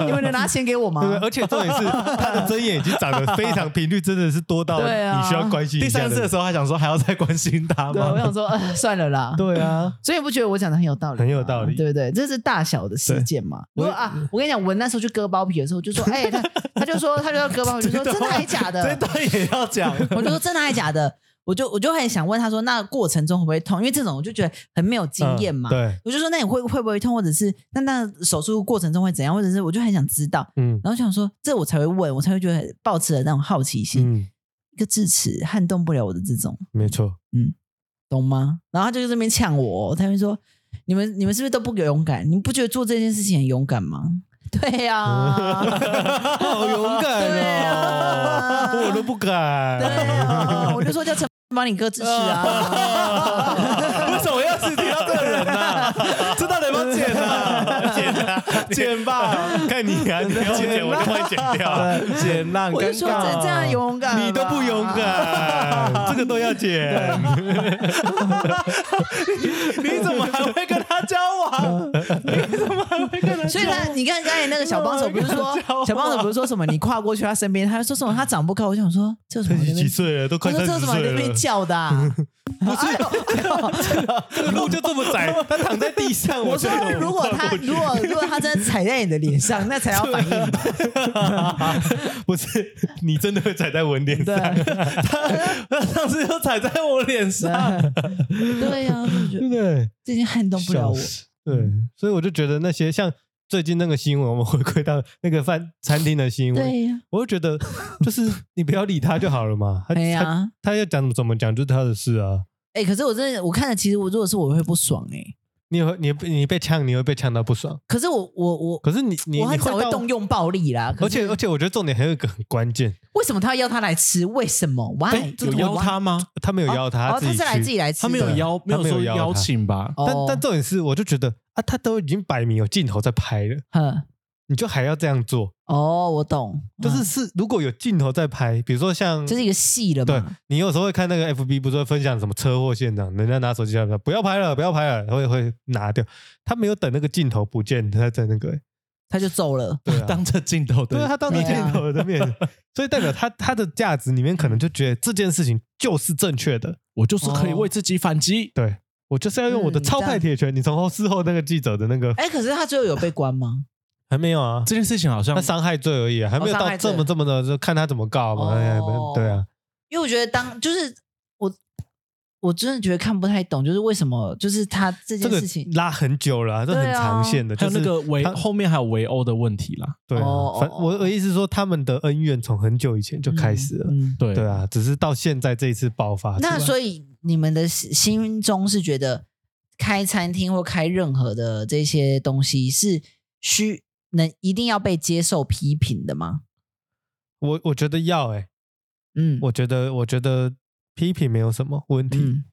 Speaker 2: 你们能拿钱给我
Speaker 1: 啊 对不啊
Speaker 2: 吗？
Speaker 1: 对？而且重点 是他的针眼已经长得非常频率，真的是多到
Speaker 2: 对啊
Speaker 1: 你需要关心一
Speaker 3: 第
Speaker 1: 下
Speaker 3: 三
Speaker 1: 的
Speaker 3: 次的时候还想说还要再关心他
Speaker 2: 对，我
Speaker 3: 吗？
Speaker 2: 想说，呃，算了啦。
Speaker 1: 对啊，
Speaker 2: 所以你不觉得我讲的很有道理吗？
Speaker 1: 很有道理
Speaker 2: 对不对？这是大小的事件嘛。我说啊，我跟你讲，我那时候去割包皮的时候，我就 说，哎，他他就说他就要割包皮，我就说真的还假的？
Speaker 1: 啊
Speaker 3: 这段也要讲，
Speaker 1: 嗯
Speaker 2: 我就说真的还假的？我就我就很想问他说，那过程中会不会痛？因为这种我就觉得很没有经验嘛。
Speaker 1: 嗯对，
Speaker 2: 我就说那你会会不会痛，或者是那那手术过程中会怎样，或者是我就很想知道。
Speaker 1: 嗯
Speaker 2: 然后想说这我才会问，我才会觉得抱持了那种好奇心。
Speaker 1: 嗯，
Speaker 2: 一个智齿撼动不了我的这种，
Speaker 1: 没 错，
Speaker 2: 懂吗？然后他就在那边呛我，他就说你们你们是不是都不勇敢？你不觉得做这件事情很勇敢吗？ 对呀、
Speaker 1: 好勇
Speaker 2: 对
Speaker 1: 敢哦
Speaker 2: 啊
Speaker 1: 哦，我都不敢，
Speaker 2: 对啊，我就说叫陈帮你割智齿 啊。
Speaker 3: 为什么要是提到这个人呢？这到底要不要剪啊？
Speaker 1: 剪啊
Speaker 3: 剪 吧，
Speaker 1: 看你啊，你要我剪我就帮你剪
Speaker 3: 啊
Speaker 1: 掉，啊
Speaker 3: 剪啦，很
Speaker 2: 我就
Speaker 3: 尴
Speaker 2: 说
Speaker 3: 尬
Speaker 2: 这这样勇敢，啊
Speaker 1: 你都不勇。敢，这个都要
Speaker 3: 啊
Speaker 1: 剪，
Speaker 3: 你怎么还会跟他交往？
Speaker 2: 所以他，你看刚才那个小帮手不是 说，小帮手不是说什么？你跨过去他身边，他说什么？他长不高。我想说，这有
Speaker 3: 啊
Speaker 2: 什么 那
Speaker 1: 几
Speaker 2: 边？
Speaker 1: 岁了，都
Speaker 2: 我
Speaker 1: 快
Speaker 2: 说
Speaker 1: 三
Speaker 2: 这有
Speaker 1: 十
Speaker 2: 什么
Speaker 1: 岁
Speaker 2: 那
Speaker 1: 了
Speaker 2: 边，叫的啊？不是，
Speaker 1: 这个路就这么 窄，他躺在地 上，
Speaker 2: 我说
Speaker 1: 觉得
Speaker 2: 如果
Speaker 1: 跨
Speaker 2: 他
Speaker 1: 过去
Speaker 2: 如果如果他真的踩在你的脸上，那才要反应吧？
Speaker 1: 不是你真的会踩在我脸
Speaker 2: 对啊
Speaker 1: 上，他上次又踩在我脸上，
Speaker 2: 对呀，我就觉得
Speaker 1: 对不对？
Speaker 2: 这已经撼动不了
Speaker 1: 笑
Speaker 2: 我。嗯
Speaker 1: 死对，所以我就觉得那些像最近那个新闻，我们回归到那个饭餐厅的新闻，
Speaker 2: 对呀，
Speaker 1: 我就觉得 就是你不要理他就好 了嘛，他
Speaker 2: 哎
Speaker 1: 他
Speaker 2: 呀，
Speaker 1: 他要讲怎么讲就是他的事啊。
Speaker 2: 哎，可是我真的我看了，其实我如果是我会不爽哎。
Speaker 1: 你也会你你被呛，你会被呛到不爽。
Speaker 2: 可是我我我
Speaker 1: 可是你你
Speaker 2: 我
Speaker 1: 你
Speaker 2: 很少
Speaker 1: 会
Speaker 2: 会
Speaker 1: 到
Speaker 2: 动，用暴力啦。可
Speaker 1: 而
Speaker 2: 是
Speaker 1: 且而且我觉得重点还有一个很关键，
Speaker 2: 为什么他要邀他来吃？为什么？Why？
Speaker 3: 有邀他吗？
Speaker 1: 哎他没有邀他，
Speaker 2: 哦，他是来自
Speaker 1: 己去。
Speaker 2: 己来吃
Speaker 3: 他
Speaker 2: 的，
Speaker 3: 没有邀，没
Speaker 1: 他
Speaker 3: 有
Speaker 1: 没有
Speaker 3: 说
Speaker 1: 邀
Speaker 3: 邀
Speaker 1: 他
Speaker 3: 请吧？
Speaker 1: 但
Speaker 2: 哦
Speaker 1: 但重点是，我就觉得啊，他都已经摆明有镜头在拍了，
Speaker 2: 哼
Speaker 1: 你就还要这样做，
Speaker 2: 哦，我懂，
Speaker 1: 就是
Speaker 2: 嗯
Speaker 1: 是如果有镜头在拍，比如说像
Speaker 2: 这是一个戏了
Speaker 1: 对
Speaker 2: 嘛？
Speaker 1: 你有时候会看那个 FB 不是会分享什么车祸现场，人家拿手机来拍，不要拍了，不要拍了，会会拿掉。他没有等那个镜头不见，他在那个、欸
Speaker 2: 他就走了。
Speaker 1: 对啊，
Speaker 3: 当着镜头
Speaker 1: 对啊
Speaker 3: 的
Speaker 1: 他当着
Speaker 2: 哦对
Speaker 1: 镜
Speaker 2: 啊
Speaker 1: 头 的面，所以代表他他的价值里面可能就觉得这件事情就是正确的，
Speaker 3: 我就是可以
Speaker 2: 哦
Speaker 3: 为自己反击。
Speaker 1: 对我就是要用我的
Speaker 2: 嗯
Speaker 1: 超
Speaker 2: 这
Speaker 1: 派
Speaker 2: 样
Speaker 1: 铁拳。你从后事后那个记者的那个
Speaker 2: 哎，可是他最后有被关吗？
Speaker 1: 还没有啊，
Speaker 3: 这件事情好像
Speaker 1: 他伤害罪而已、啊，还没
Speaker 2: 哦
Speaker 1: 有
Speaker 2: 伤
Speaker 1: 到
Speaker 2: 害
Speaker 1: 这
Speaker 2: 罪
Speaker 1: 么这么的，就看他怎么告嘛。哎
Speaker 2: 哦
Speaker 1: 对啊，
Speaker 2: 因为我觉得当就是我，我真的觉得看不太懂，就是为什么就是他这
Speaker 1: 这
Speaker 2: 件
Speaker 1: 个
Speaker 2: 事情
Speaker 1: 拉很久了啊、这很
Speaker 2: 对啊
Speaker 1: 长线的，
Speaker 3: 还
Speaker 1: 就
Speaker 3: 有
Speaker 1: 是
Speaker 3: 那个围
Speaker 1: 他
Speaker 3: 后面还有围殴的问题啦。
Speaker 1: 对啊
Speaker 2: 哦，
Speaker 1: 反
Speaker 2: 哦
Speaker 1: 我的意思是说，他们的恩怨从很久以前就开始了，
Speaker 2: 嗯嗯
Speaker 3: 对
Speaker 1: 对，啊，只是到现在这一次爆发出来。
Speaker 2: 那所以你们的心心中是觉得开餐厅或开任何的这些东西是需能一定要被接受批评的吗？
Speaker 1: 我我觉得要哎、
Speaker 2: 嗯，
Speaker 1: 我觉得我觉得批评没有什么问题，
Speaker 2: 嗯，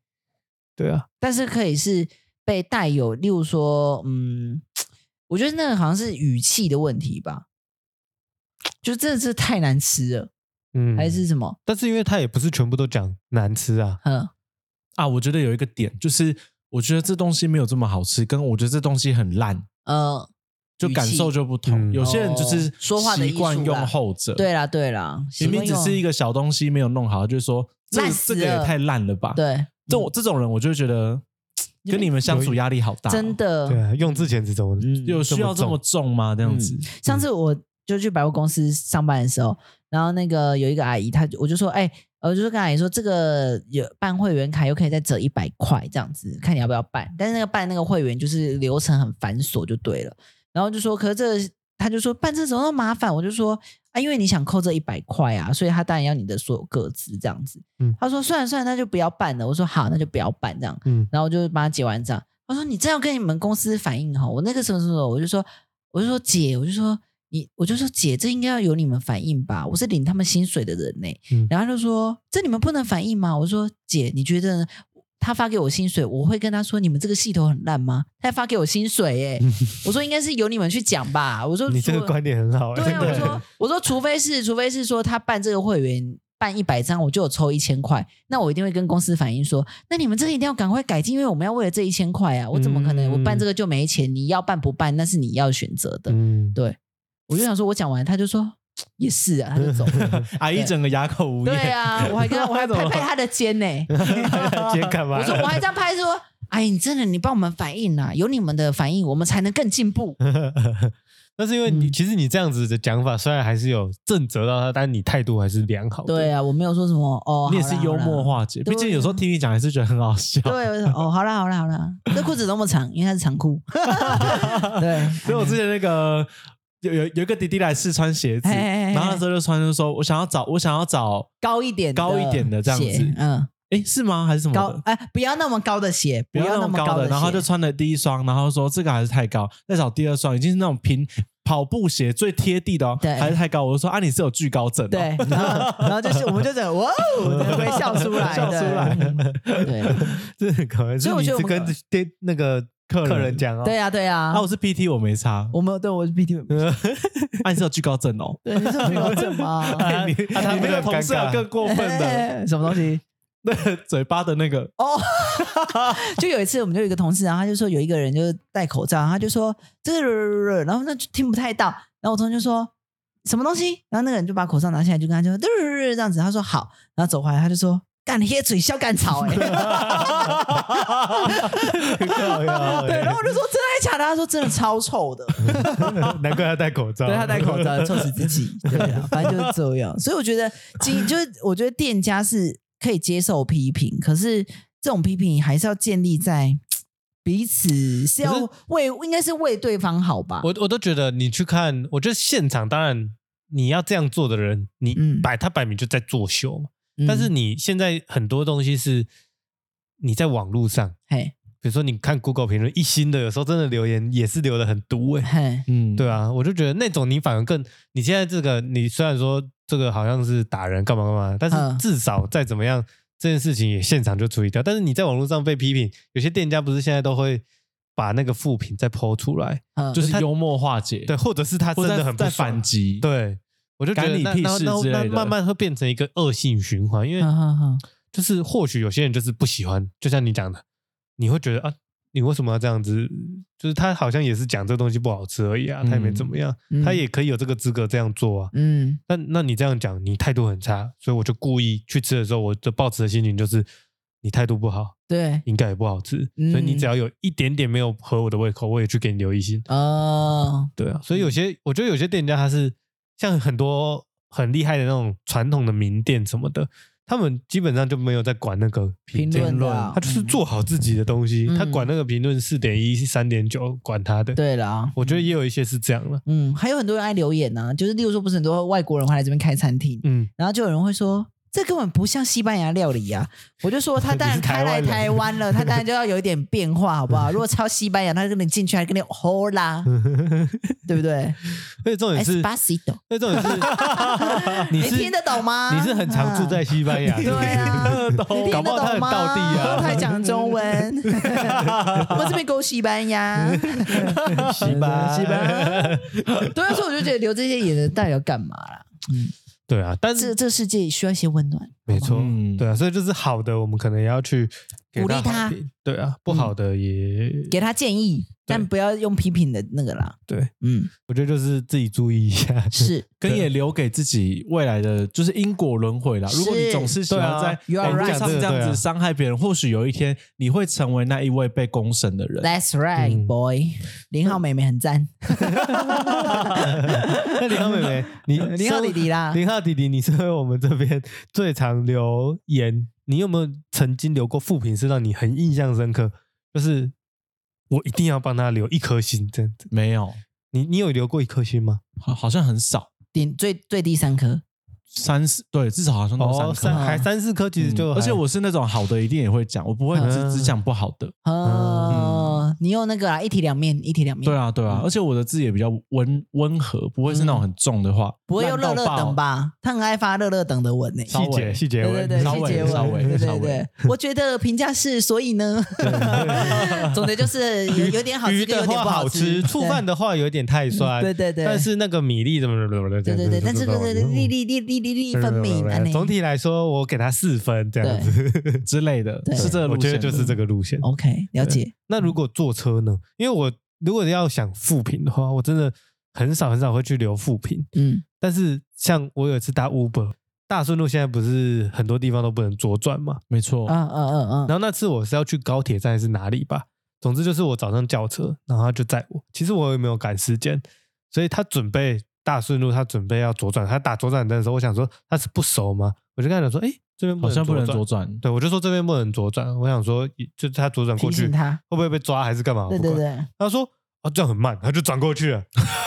Speaker 1: 对啊，
Speaker 2: 但是可以是被带有，例如说，嗯，我觉得那个好像是语气的问题吧，就真的是太难吃了，
Speaker 1: 嗯，
Speaker 2: 还是什么？
Speaker 1: 但是因为他也不是全部都讲难吃啊，
Speaker 2: 嗯，
Speaker 3: 啊，我觉得有一个点就是，我觉得这东西没有这么好吃，跟我觉得这东西很烂，
Speaker 2: 呃，
Speaker 3: 就感受就不
Speaker 1: 嗯
Speaker 3: 同。有些人就是
Speaker 2: 哦说话的
Speaker 3: 习
Speaker 2: 艺术
Speaker 3: 惯用
Speaker 2: 啦
Speaker 3: 后者，
Speaker 2: 对，啦，对啦，
Speaker 3: 明明只是一
Speaker 2: 个
Speaker 3: 个小东西没有弄好，就是说这
Speaker 2: 烂
Speaker 3: 个
Speaker 2: 死
Speaker 3: 这个也
Speaker 2: 了
Speaker 3: 太烂了吧？，
Speaker 2: 对，
Speaker 3: 这种这种人我就会觉得
Speaker 2: 有
Speaker 3: 跟你们相
Speaker 1: 有
Speaker 3: 处压力好大哦，
Speaker 2: 真的，
Speaker 1: 对啊，用之前是怎么
Speaker 2: 嗯
Speaker 3: 有需要这么重嗯吗？这样子，
Speaker 2: 上次我就去百货公司上班的时候，然后那个有一个阿姨，她就我就说，哎、呃我就跟阿姨说，这个有办会员卡又可以再折一百块这样子，看你要不要办。但是那个办那个会员就是流程很繁琐就对了。然后就说，可是这个她就说办这怎么那么麻烦？我就说啊，因为你想扣这一百块啊，所以他当然要你的所有个资这样子。
Speaker 1: 嗯
Speaker 2: 她说算了算了，那就不要办了。我说好，那就不要办这样。
Speaker 1: 嗯
Speaker 2: 然后我就帮他结完账。我说你真要跟你们公司反映哈，我那个什么什么什么，我就说我就说姐，我就说你，我就说姐，这应该要由你们反映吧，我是领他们薪水的人呢、
Speaker 1: 嗯
Speaker 2: 然后他就说这你们不能反映吗？我说姐，你觉得呢他发给我薪水，我会跟他说你们这个系统很烂吗？他还发给我薪水 耶、我说应该是由你们去讲吧。我说
Speaker 1: 你这个
Speaker 2: 除
Speaker 1: 观点很好、欸，
Speaker 2: 对啊，
Speaker 1: 真
Speaker 2: 我
Speaker 1: 的
Speaker 2: 说我说，除非是除非是说他办这个会员办一百张，我就有抽一千块，那我一定会跟公司反映说，那你们这个一定要赶快改进，因为我们要为了这一千块啊，我怎么可能
Speaker 1: 嗯
Speaker 2: 我办这个就没钱？你要办不办那是你要选择的。
Speaker 1: 嗯，
Speaker 2: 我就想说，我讲完他就说也是啊，他就走了。
Speaker 3: 阿姨整个哑口无
Speaker 2: 对
Speaker 3: 言，
Speaker 2: 啊，我还跟他我还拍拍他的肩呢、
Speaker 1: 今天干嘛？
Speaker 2: 我说我还这样拍说。哎，你真的，你帮我们反映啊，有你们的反应，我们才能更进步。
Speaker 1: 但是因为你、
Speaker 2: 嗯
Speaker 1: 其实你这样子的讲法，虽然还是有正责到他，但你态度还是良好的。
Speaker 2: 对
Speaker 1: 啊，
Speaker 2: 啊，我没有说什么哦，
Speaker 3: 你也
Speaker 2: 好
Speaker 3: 是
Speaker 2: 啦
Speaker 3: 幽
Speaker 2: 好啦
Speaker 3: 默化解。
Speaker 2: 对啊
Speaker 3: 毕竟有时候听你讲还是觉得很好笑。
Speaker 2: 对，我就说哦，好啦好啦好啦，这裤子那么长，因为它是长裤。对，
Speaker 3: 所以我之前那个有有有一个弟弟来试穿鞋子，
Speaker 2: 嘿嘿嘿嘿
Speaker 3: 然后那时候就穿就说，我想要找我想要找
Speaker 2: 高一点的
Speaker 3: 高一点的这样子
Speaker 2: 鞋嗯，
Speaker 3: 诶，是吗？还是什么
Speaker 2: 高
Speaker 3: 的？
Speaker 2: 哎，不要那么高的鞋，
Speaker 3: 不
Speaker 2: 要
Speaker 3: 那
Speaker 2: 么
Speaker 3: 么高
Speaker 2: 的
Speaker 3: 的，
Speaker 2: 鞋，
Speaker 3: 然后就穿了第一双，然后说这个还是太高，再找第二双，已经是那种平跑步鞋最贴地的哦，
Speaker 2: 对
Speaker 3: 还是太高。我就说啊，你是有惧高症哦，
Speaker 2: 对，然后然后就是我们就整哇哦，会 笑出来，
Speaker 3: 笑出来
Speaker 2: 对，嗯对
Speaker 1: 这很可能。
Speaker 2: 所以我
Speaker 1: 你
Speaker 2: 觉得
Speaker 1: 是
Speaker 2: 我们
Speaker 1: 跟店那个
Speaker 3: 客人
Speaker 1: 客人讲哦，
Speaker 2: 对啊对啊
Speaker 3: 啊，，我是 PT，我没差，
Speaker 2: 我们对我是 B T，
Speaker 3: 啊，你是有惧高症哦。
Speaker 2: 对，你是没有怎么？
Speaker 1: 啊，你啊他
Speaker 3: 你那
Speaker 1: 那
Speaker 3: 个
Speaker 1: 个
Speaker 3: 同事有更过分的，
Speaker 2: 哎什么东西？
Speaker 3: 那个 嘴巴的那个，
Speaker 2: 哦， 就有一次我们就有一个同事，然后他就说有一个人就是戴口罩，然后他就说这个，然后那就听不太到，然后我同学就说什么东西，然后那个人就把口罩拿下来，就跟他就这样子，他说好，然后走回来他就说干你黑嘴笑干草哎、 对，啊然后我就说真的还假的，他说真的超臭的，
Speaker 1: 难怪他戴口罩，
Speaker 2: 对他戴口罩臭死自己， 对啊，反正就是这样。所以我觉得，经 就是我觉得店家是可以接受批评，可是这种批评还是要建立在彼此是要为应该是为对方好吧？
Speaker 1: 我我都觉得你去看，我觉得现场当然你要这样做的人，你
Speaker 2: 嗯
Speaker 1: 摆他摆明就在作秀嘛。
Speaker 2: 嗯
Speaker 1: 但是你现在很多东西是你在网络上，
Speaker 2: 嘿
Speaker 1: 比如说你看 Google 评论一星的，有时候真的留言也是留的很毒哎、
Speaker 2: 嘿，
Speaker 3: 嗯，
Speaker 1: 对啊，我就觉得那种你反而更，你现在这个你虽然说这个好像是打人干嘛干嘛，但
Speaker 2: 嗯
Speaker 1: 是至少再怎么样这件事情也现场就处理掉。但是你在网络上被批评，有些店家不是现在都会把那个负评再剖出来，
Speaker 2: 嗯，
Speaker 3: 就是幽默化解，
Speaker 1: 对，，或者是他
Speaker 3: 或者
Speaker 1: 真的
Speaker 3: 在
Speaker 1: 很不
Speaker 3: 在
Speaker 1: 爽
Speaker 3: 反，击，，
Speaker 1: 对我就觉
Speaker 3: 干
Speaker 1: 得
Speaker 3: 你
Speaker 1: 那
Speaker 3: 屁
Speaker 1: 那
Speaker 3: 事
Speaker 1: 那
Speaker 3: 之
Speaker 1: 那
Speaker 3: 类的
Speaker 1: 慢慢会变成一个恶性循环，因为
Speaker 2: 嗯哼哼
Speaker 1: 就是或许有些人就是不喜欢，就像你讲的，你会觉得啊，你为什么要这样子？就是他好像也是讲这个东西不好吃而已啊，他也没怎么样，
Speaker 2: 嗯
Speaker 1: 他也可以有这个资格这样做啊。
Speaker 2: 嗯
Speaker 1: 那那你这样讲，你态度很差，所以我就故意去吃的时候，我的抱持的心情就是你态度不好，
Speaker 2: 对
Speaker 1: 应该也不好吃，
Speaker 2: 嗯
Speaker 1: 所以你只要有一点点没有合我的胃口，我也去给你留一星。
Speaker 2: 哦
Speaker 1: 对啊，所以有些、我觉得有些店家他是像很多很厉害的那种传统的名店什么的，他们基本上就没有在管那个
Speaker 2: 评
Speaker 1: 价
Speaker 2: 论的啊
Speaker 1: 他就是做好自己的东西，
Speaker 2: 嗯
Speaker 1: 他管那个评论四点一、三点九，管他的。，
Speaker 2: 对嗯啦，
Speaker 1: 我觉得也有一些是这样了。
Speaker 2: 嗯，还有很多人爱留言呐、就是例如说不是很多外国人会来这边开餐厅，
Speaker 1: 嗯，
Speaker 2: 然后就有人会说。这根本不像西班牙料理呀、我就说他当然
Speaker 1: 你是
Speaker 2: 开
Speaker 1: 台湾
Speaker 2: 来
Speaker 1: 人
Speaker 2: 台湾了，他当然就要有一点变化，好不好？如果超西班牙，他就跟你进去还跟你吼 啦，对不对
Speaker 1: 而且重点
Speaker 2: 哎
Speaker 1: 是，
Speaker 2: ？Espacito，
Speaker 1: 而且重 点是，你
Speaker 2: 你
Speaker 1: 是
Speaker 2: 听得懂吗？
Speaker 1: 你是很常住在西班牙，
Speaker 2: 啊对
Speaker 1: 是不是
Speaker 2: 啊， 你
Speaker 1: 搞
Speaker 2: 听
Speaker 1: 不好
Speaker 2: 得
Speaker 1: 他
Speaker 2: 懂
Speaker 1: 很
Speaker 2: 吗？
Speaker 1: 道地啊，
Speaker 2: 他还讲中 文，我这边够西班牙，
Speaker 1: 西班
Speaker 2: 啊西班牙。对啊，所以我就觉得留这些野人到底要干嘛啦？
Speaker 1: 对啊，但
Speaker 2: 这
Speaker 1: 是
Speaker 2: 这世界需要一些温暖，
Speaker 1: 没错，
Speaker 3: 嗯
Speaker 1: 对啊，所以就是好的，我们可能也要去给
Speaker 2: 鼓励
Speaker 1: 好
Speaker 2: 他嗯
Speaker 1: 评，对啊，不好的也
Speaker 2: 给他建议，但不要用批评的那个啦。
Speaker 1: 对，
Speaker 2: 嗯，
Speaker 1: 我觉得就是自己注意一下，
Speaker 2: 是。
Speaker 3: 跟也留给自己未来的就是因果轮回啦。
Speaker 2: 是
Speaker 3: 如果你总是想要在
Speaker 2: 对啊
Speaker 3: 网
Speaker 2: You
Speaker 3: 络
Speaker 2: are right
Speaker 3: 上这
Speaker 1: 对
Speaker 3: 样
Speaker 1: 啊
Speaker 3: 子伤害别人，或许有一天你会成为那一位被公审的人。
Speaker 2: That's right,
Speaker 1: 嗯
Speaker 2: boy。林浩妹妹很赞，
Speaker 1: 那林浩妹妹， 你
Speaker 2: 林浩弟弟啦
Speaker 1: 林浩弟弟，你身为我们这边最常留言，你有没有曾经留过负评是让你很印象深刻？就是我一定要帮他留一颗星，这样子。
Speaker 3: 没有，
Speaker 1: 你你有留过一颗星吗？
Speaker 3: 好好像很少，
Speaker 2: 顶最最低三颗，
Speaker 3: 三四对，至少好
Speaker 2: 哦
Speaker 3: 像都三颗。
Speaker 1: 哦
Speaker 2: 啊
Speaker 1: 三还三四颗，其实就
Speaker 3: 嗯
Speaker 1: 还
Speaker 3: 而且我是那种好的一定也会讲，我不会
Speaker 1: 嗯
Speaker 3: 只只讲不好的。
Speaker 2: 哦，你用那个啦，一体两面，一体两面，
Speaker 3: 对啊，对啊，而且我的字也比较温温和，不会是那种很重的话，
Speaker 2: 嗯不会用乐
Speaker 3: 烂到
Speaker 2: 乐
Speaker 3: 爆
Speaker 2: 等？吧？他很爱发乐乐等的文呢，
Speaker 1: 细节细节
Speaker 2: 对
Speaker 1: 文，
Speaker 2: 对对，
Speaker 3: 稍
Speaker 2: 细
Speaker 3: 微
Speaker 2: 节文，
Speaker 3: 稍微
Speaker 2: 对
Speaker 3: 稍
Speaker 2: 对对
Speaker 3: 微。
Speaker 2: 我觉得评价是，所以呢，总的就是有有点好吃
Speaker 1: 鱼
Speaker 2: 跟有
Speaker 1: 的
Speaker 2: 点
Speaker 1: 话
Speaker 2: 不
Speaker 1: 好吃，
Speaker 2: 对
Speaker 1: 醋饭的话有点太酸，
Speaker 2: 对对对，
Speaker 1: 但是那个米粒怎么怎么怎么
Speaker 2: 对对对，但是就是粒粒粒粒粒粒分明啊，那
Speaker 1: 总体来说，我给他四分这样子。
Speaker 3: 之类的，
Speaker 2: 对
Speaker 3: 是这个路
Speaker 1: 我觉得
Speaker 3: 线的，
Speaker 1: 就是这个路线。哦
Speaker 2: OK 了解，
Speaker 1: 那如果坐车呢？因为我如果要想复评的话，我真的很少很少会去留复评。
Speaker 2: 嗯
Speaker 1: 但是像我有一次搭 Uber，大顺路现在不是很多地方都不能左转嘛？
Speaker 3: 没错。
Speaker 2: 嗯嗯嗯嗯，
Speaker 1: 然后那次我是要去高铁站还是哪里吧？总之就是我早上叫车，然后他就载我。其实我也没有赶时间，所以他准备大顺路，他准备要左转，他打左转灯的时候，我想说他是不熟吗？我就跟他讲说，哎，这边
Speaker 3: 好像不能
Speaker 1: 左
Speaker 3: 左
Speaker 1: 转。
Speaker 3: 转，
Speaker 1: 对，我就说这边不能左转，我想说就是他左转过
Speaker 2: 提
Speaker 1: 去
Speaker 2: 醒
Speaker 1: 会
Speaker 2: 他，
Speaker 1: 不会被抓还是干嘛？我
Speaker 2: 对
Speaker 1: 不
Speaker 2: 对
Speaker 1: 管。
Speaker 2: 对，
Speaker 1: 他说啊，这样很慢，他就转过 去了。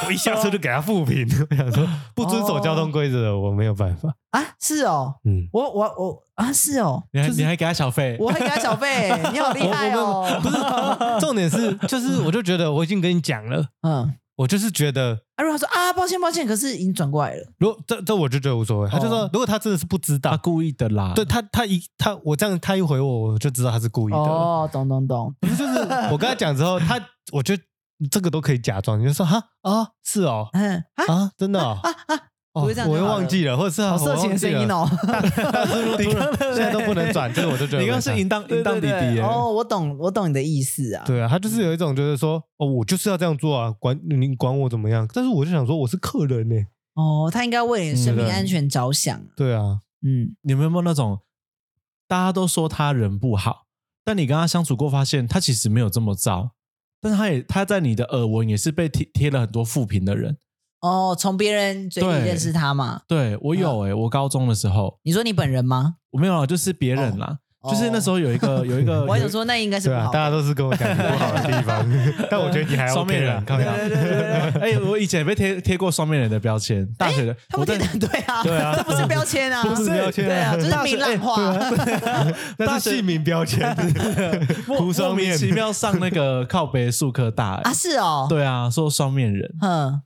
Speaker 1: 我一下车就给他复评，我想说
Speaker 2: 哦
Speaker 1: 不遵守交通规则的我没有办法。
Speaker 2: 啊是哦，
Speaker 1: 嗯，
Speaker 2: 我我我啊是哦，
Speaker 3: 你还你还给他小费，
Speaker 2: 我会给他小费，你好厉害哦，
Speaker 1: 不是，重点是就是我就觉得我已经跟你讲了，
Speaker 2: 嗯，
Speaker 1: 我就是觉得。
Speaker 2: 啊如果他说啊抱歉抱歉，可是已经转过来了，
Speaker 1: 如果这这我就觉得无所谓，他就说
Speaker 2: 哦
Speaker 1: 如果他真的是不知
Speaker 3: 他
Speaker 1: 道，
Speaker 3: 故意的啦。
Speaker 1: 对他他一他我这样他一回我我就知道他是故意的了，
Speaker 2: 哦懂懂懂，
Speaker 1: 不是就是我跟他讲之后，他我觉得这个都可以假装，你就说哈啊是哦
Speaker 2: 嗯啊
Speaker 1: 啊真的哦
Speaker 2: 啊啊
Speaker 1: 哦
Speaker 2: 不会这样就
Speaker 1: 啊我又
Speaker 2: 好了
Speaker 1: 忘记了，或者是
Speaker 2: 好色情的声 音哦。
Speaker 1: 大叔如突然现在都不能转，这个我就觉得
Speaker 3: 你
Speaker 1: 有
Speaker 3: 刚刚
Speaker 1: 点
Speaker 3: 是淫荡淫
Speaker 2: 对
Speaker 3: 荡
Speaker 2: 对
Speaker 3: 弟弟
Speaker 2: 对，
Speaker 3: 耶，
Speaker 2: 哦，我懂，我懂你的意思啊。
Speaker 1: 对啊，他就是有一种就是说，哦，我就是要这样做啊，管你管我怎么样？但是我就想说，我是客人呢、
Speaker 2: 哦，他应该为你的生命
Speaker 1: 嗯对
Speaker 2: 安全着想。
Speaker 1: 对啊，
Speaker 2: 嗯，
Speaker 3: 你们有没有那种大家都说他人不好，但你跟他相处过，发现他其实没有这么糟，但是他也他在你的耳闻也是被贴贴了很多负评的人。
Speaker 2: 哦，从别人嘴里
Speaker 3: 对
Speaker 2: 认识他嘛？
Speaker 3: 对我有
Speaker 2: 嗯
Speaker 3: 诶、我高中的时候
Speaker 2: 你说你本人吗？
Speaker 3: 我没有啊，就是别人啦，就是那时
Speaker 2: 候，
Speaker 3: 候有一个有一个，
Speaker 2: 哦 我还想说那应该是
Speaker 1: 对
Speaker 2: 不
Speaker 1: 啊
Speaker 2: 好，
Speaker 1: 大家都是跟我讲不好的地方，但我觉得你还 OK 啦
Speaker 3: 双面人，看到？
Speaker 2: 对对对对 哎
Speaker 3: 哎、我以前也被贴贴过双面人的标签，大学的，
Speaker 2: 他
Speaker 3: 我
Speaker 2: 们觉
Speaker 3: 在
Speaker 2: 得 对啊，
Speaker 3: 对啊
Speaker 2: 这不是标签啊，
Speaker 1: 不是标签
Speaker 2: 对啊，这是
Speaker 3: 大学
Speaker 2: 明朗化。
Speaker 1: 啊那是姓名标签，
Speaker 3: 莫
Speaker 1: 涂 双
Speaker 3: 莫名
Speaker 1: 面
Speaker 3: 其妙上那个靠北数科大、欸
Speaker 2: 啊，是哦，，
Speaker 3: 对啊，说双面人，
Speaker 2: 嗯，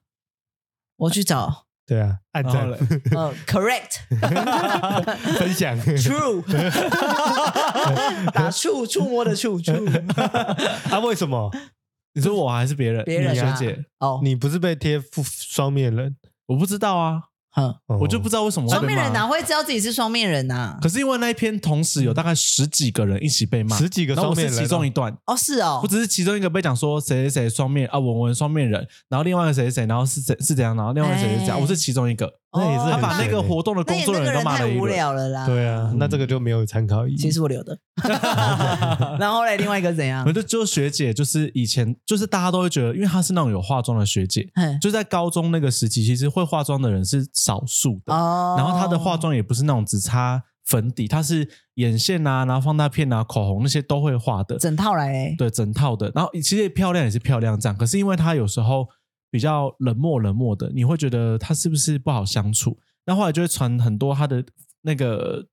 Speaker 2: 我去找，
Speaker 1: 对啊，按
Speaker 3: 然后
Speaker 1: 赞
Speaker 3: 嘞，
Speaker 2: 呃，correct，true，
Speaker 1: 分享，
Speaker 2: 打触触摸的触触，
Speaker 1: 啊，为什么
Speaker 3: 你说我还是别人？
Speaker 2: 别人
Speaker 3: 你
Speaker 2: 啊
Speaker 3: 学姐，
Speaker 2: 哦，
Speaker 1: 你不是被贴负双面人？
Speaker 3: 我不知道啊，
Speaker 2: 嗯，
Speaker 1: 哦
Speaker 3: 我就不知道为什么会被
Speaker 2: 双面人啊哪
Speaker 3: 骂。
Speaker 2: 会知道自己是双面人啊呐？
Speaker 3: 可是因为那一篇同时有大概十几个人一起被骂，
Speaker 1: 嗯十几个
Speaker 3: 然后
Speaker 1: 双
Speaker 3: 我
Speaker 1: 面
Speaker 3: 是
Speaker 1: 人哦，
Speaker 3: 其中一段，
Speaker 2: 哦，是哦
Speaker 3: 我，只是其中一个被讲说谁谁谁双面啊，文文双面人，然后另外一个谁谁谁，然后是谁是怎样，然后另外一个谁是怎
Speaker 2: 哎
Speaker 3: 样，我是其中一个。
Speaker 1: 那也是
Speaker 2: 哦
Speaker 3: 他
Speaker 1: 很欸
Speaker 3: 把那个活动的嗯
Speaker 2: 那
Speaker 3: 工
Speaker 2: 也
Speaker 3: 作
Speaker 2: 那
Speaker 3: 人
Speaker 2: 个
Speaker 3: 员都
Speaker 2: 人
Speaker 3: 骂
Speaker 2: 太
Speaker 3: 了一
Speaker 2: 无
Speaker 3: 轮。
Speaker 2: 聊了啦，
Speaker 1: 对啊，那这个就没有参考意义。
Speaker 2: 其实 我留的。 然后嘞，另外一个怎样
Speaker 3: 我？就就学姐，就是以前就是大家都会觉得，因为她是那种有化妆的学姐，
Speaker 2: 嘿
Speaker 3: 就在高中那个时期，其实会化妆的人是少数的。
Speaker 2: 哦，
Speaker 3: 然后她的化妆也不是那种只擦粉底，她是眼线啊，然后放大片啊、口红那些都会画的，
Speaker 2: 整套来欸嘞，
Speaker 3: 对，整套的。然后其实漂亮也是漂亮这样，可是因为她有时候比较冷漠冷漠的，你会觉得她是不是不好相处？那后来就会传很多她的那个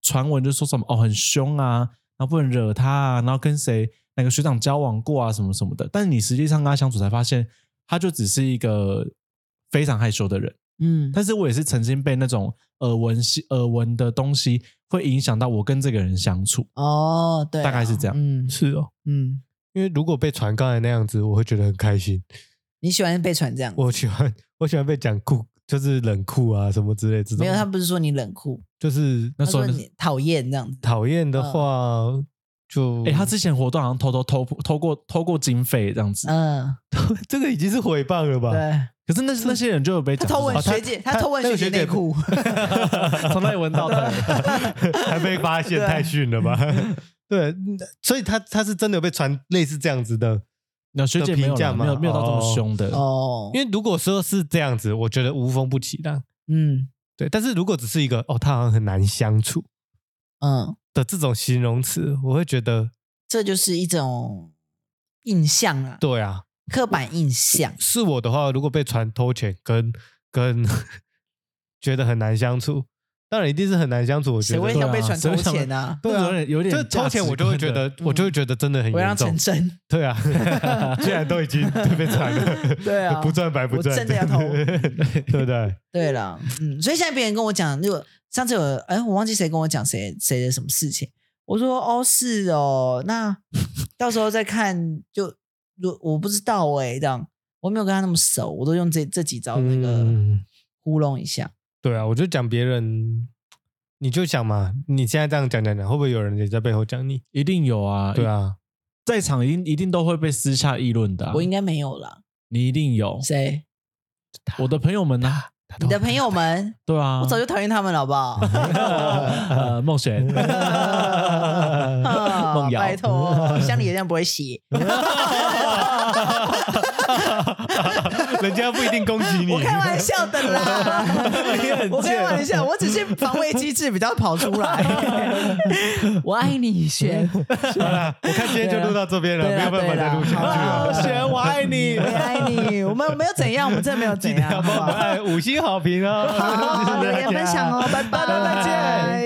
Speaker 3: 传闻，就说什么哦很凶啊，然后不能惹她啊，然后跟谁哪个学长交往过啊什么什么的。但你实际上跟她相处才发现，她就只是一个非常害羞的人。
Speaker 2: 嗯，
Speaker 3: 但是我也是曾经被那种耳闻系耳闻的东西会影响到我跟这个人相处，
Speaker 2: 哦，对啊，
Speaker 3: 大概是这样
Speaker 2: 嗯
Speaker 1: 是哦，
Speaker 2: 嗯，
Speaker 1: 因为如果被传刚才那样子，我会觉得很开心。
Speaker 2: 你喜欢被传这样？
Speaker 1: 我喜欢，我喜欢被讲酷，就是冷酷啊什么之类这种。
Speaker 2: 没有，他不嗯是说你冷酷，
Speaker 1: 就是
Speaker 3: 那
Speaker 2: 他
Speaker 3: 时候
Speaker 2: 说你讨厌这样子。
Speaker 1: 讨厌的话，就
Speaker 3: 哎、他之前活动好像偷偷偷偷过偷过经费这样子，
Speaker 2: 嗯，
Speaker 1: 这个已经是诽谤了吧？
Speaker 2: 对，
Speaker 3: 可是那那些人就有被
Speaker 2: 他
Speaker 3: 讲
Speaker 2: 偷
Speaker 3: 说
Speaker 2: 闻
Speaker 3: 哦他
Speaker 2: 学姐，他
Speaker 1: 他
Speaker 2: 偷闻
Speaker 1: 那个
Speaker 2: 姐
Speaker 1: 学姐
Speaker 2: 内裤，
Speaker 3: 从那里闻到的，
Speaker 1: 还被发现，
Speaker 2: 对
Speaker 1: 太逊了吧？ 对，所以他他是真的有被传类似这样子的，
Speaker 3: 那学姐没有
Speaker 1: 的评价
Speaker 3: 啦
Speaker 1: 吗
Speaker 3: 没有没有到这么凶的，
Speaker 2: 哦，
Speaker 1: 因为如果说是这样子，我觉得无风不起浪。
Speaker 2: 嗯
Speaker 1: 对，但是如果只是一个哦，他好像很难相处
Speaker 2: 嗯，
Speaker 1: 的这种形容词，我会觉得
Speaker 2: 这就是一种印象啊，
Speaker 1: 对啊，
Speaker 2: 刻板印象。
Speaker 1: 是我的话，如果被传偷钱跟跟 觉得很难相处，当然一定是很难相处。我觉
Speaker 2: 谁
Speaker 1: 得
Speaker 2: 会
Speaker 3: 对啊
Speaker 2: 想被传偷
Speaker 3: 谁会想
Speaker 2: 钱啊？
Speaker 1: 对啊，
Speaker 3: 有点有点
Speaker 1: 就是偷钱，我就会觉得，
Speaker 2: 观的
Speaker 1: 我就会觉得真的很
Speaker 2: 我让
Speaker 1: 严
Speaker 2: 成
Speaker 1: 重。
Speaker 2: 真，
Speaker 1: 对啊， 既然都已经被传了，
Speaker 2: 对啊
Speaker 1: 不赚白不赚，
Speaker 2: 我真的要偷
Speaker 1: 对不对？
Speaker 2: 对了，嗯，所以现在别人跟我讲，就上次有，哎，我忘记谁跟我讲谁谁的什么事情，我说哦是哦，那到时候再看，就如我不知道哎、这样我没有跟他那么熟，我都用这这几招那个
Speaker 1: 嗯，
Speaker 2: 糊弄一下，
Speaker 1: 对啊，我就讲别人，你就想嘛，你现在这样讲讲讲，会不会有人也在背后讲你？
Speaker 3: 一定有啊，
Speaker 1: 对，啊，
Speaker 3: 在场一定一定都会被私下议论的啊，
Speaker 2: 我应该没有啦。
Speaker 3: 你一定有，
Speaker 2: 谁？
Speaker 3: 我的朋友们呢，
Speaker 2: 你的朋友们，
Speaker 3: 对啊，
Speaker 2: 我早就 讨厌他们了，好不好？
Speaker 3: 呃梦 璇，
Speaker 2: 啊
Speaker 3: 梦瑶，
Speaker 2: 拜托，乡里人家不会洗，
Speaker 1: 人家不一定攻击你。
Speaker 2: 我开玩笑的啦，我开玩笑，我只是防卫机制比较跑出来。我爱你，轩，
Speaker 1: 好啦，我看今天就录到这边了，
Speaker 2: 对
Speaker 1: 没
Speaker 2: 啦
Speaker 1: 有办法再录下
Speaker 2: 对
Speaker 3: 啊
Speaker 2: 啊啦好啦
Speaker 1: 去了。
Speaker 3: 璇，我爱你
Speaker 2: 我，爱你，我们没有怎样，我们真的没 有怎样，好不
Speaker 1: 帮我们
Speaker 2: 好？
Speaker 1: 哎按五星好评哦！
Speaker 2: 好，留言分享哦，拜拜，
Speaker 1: 拜拜再见。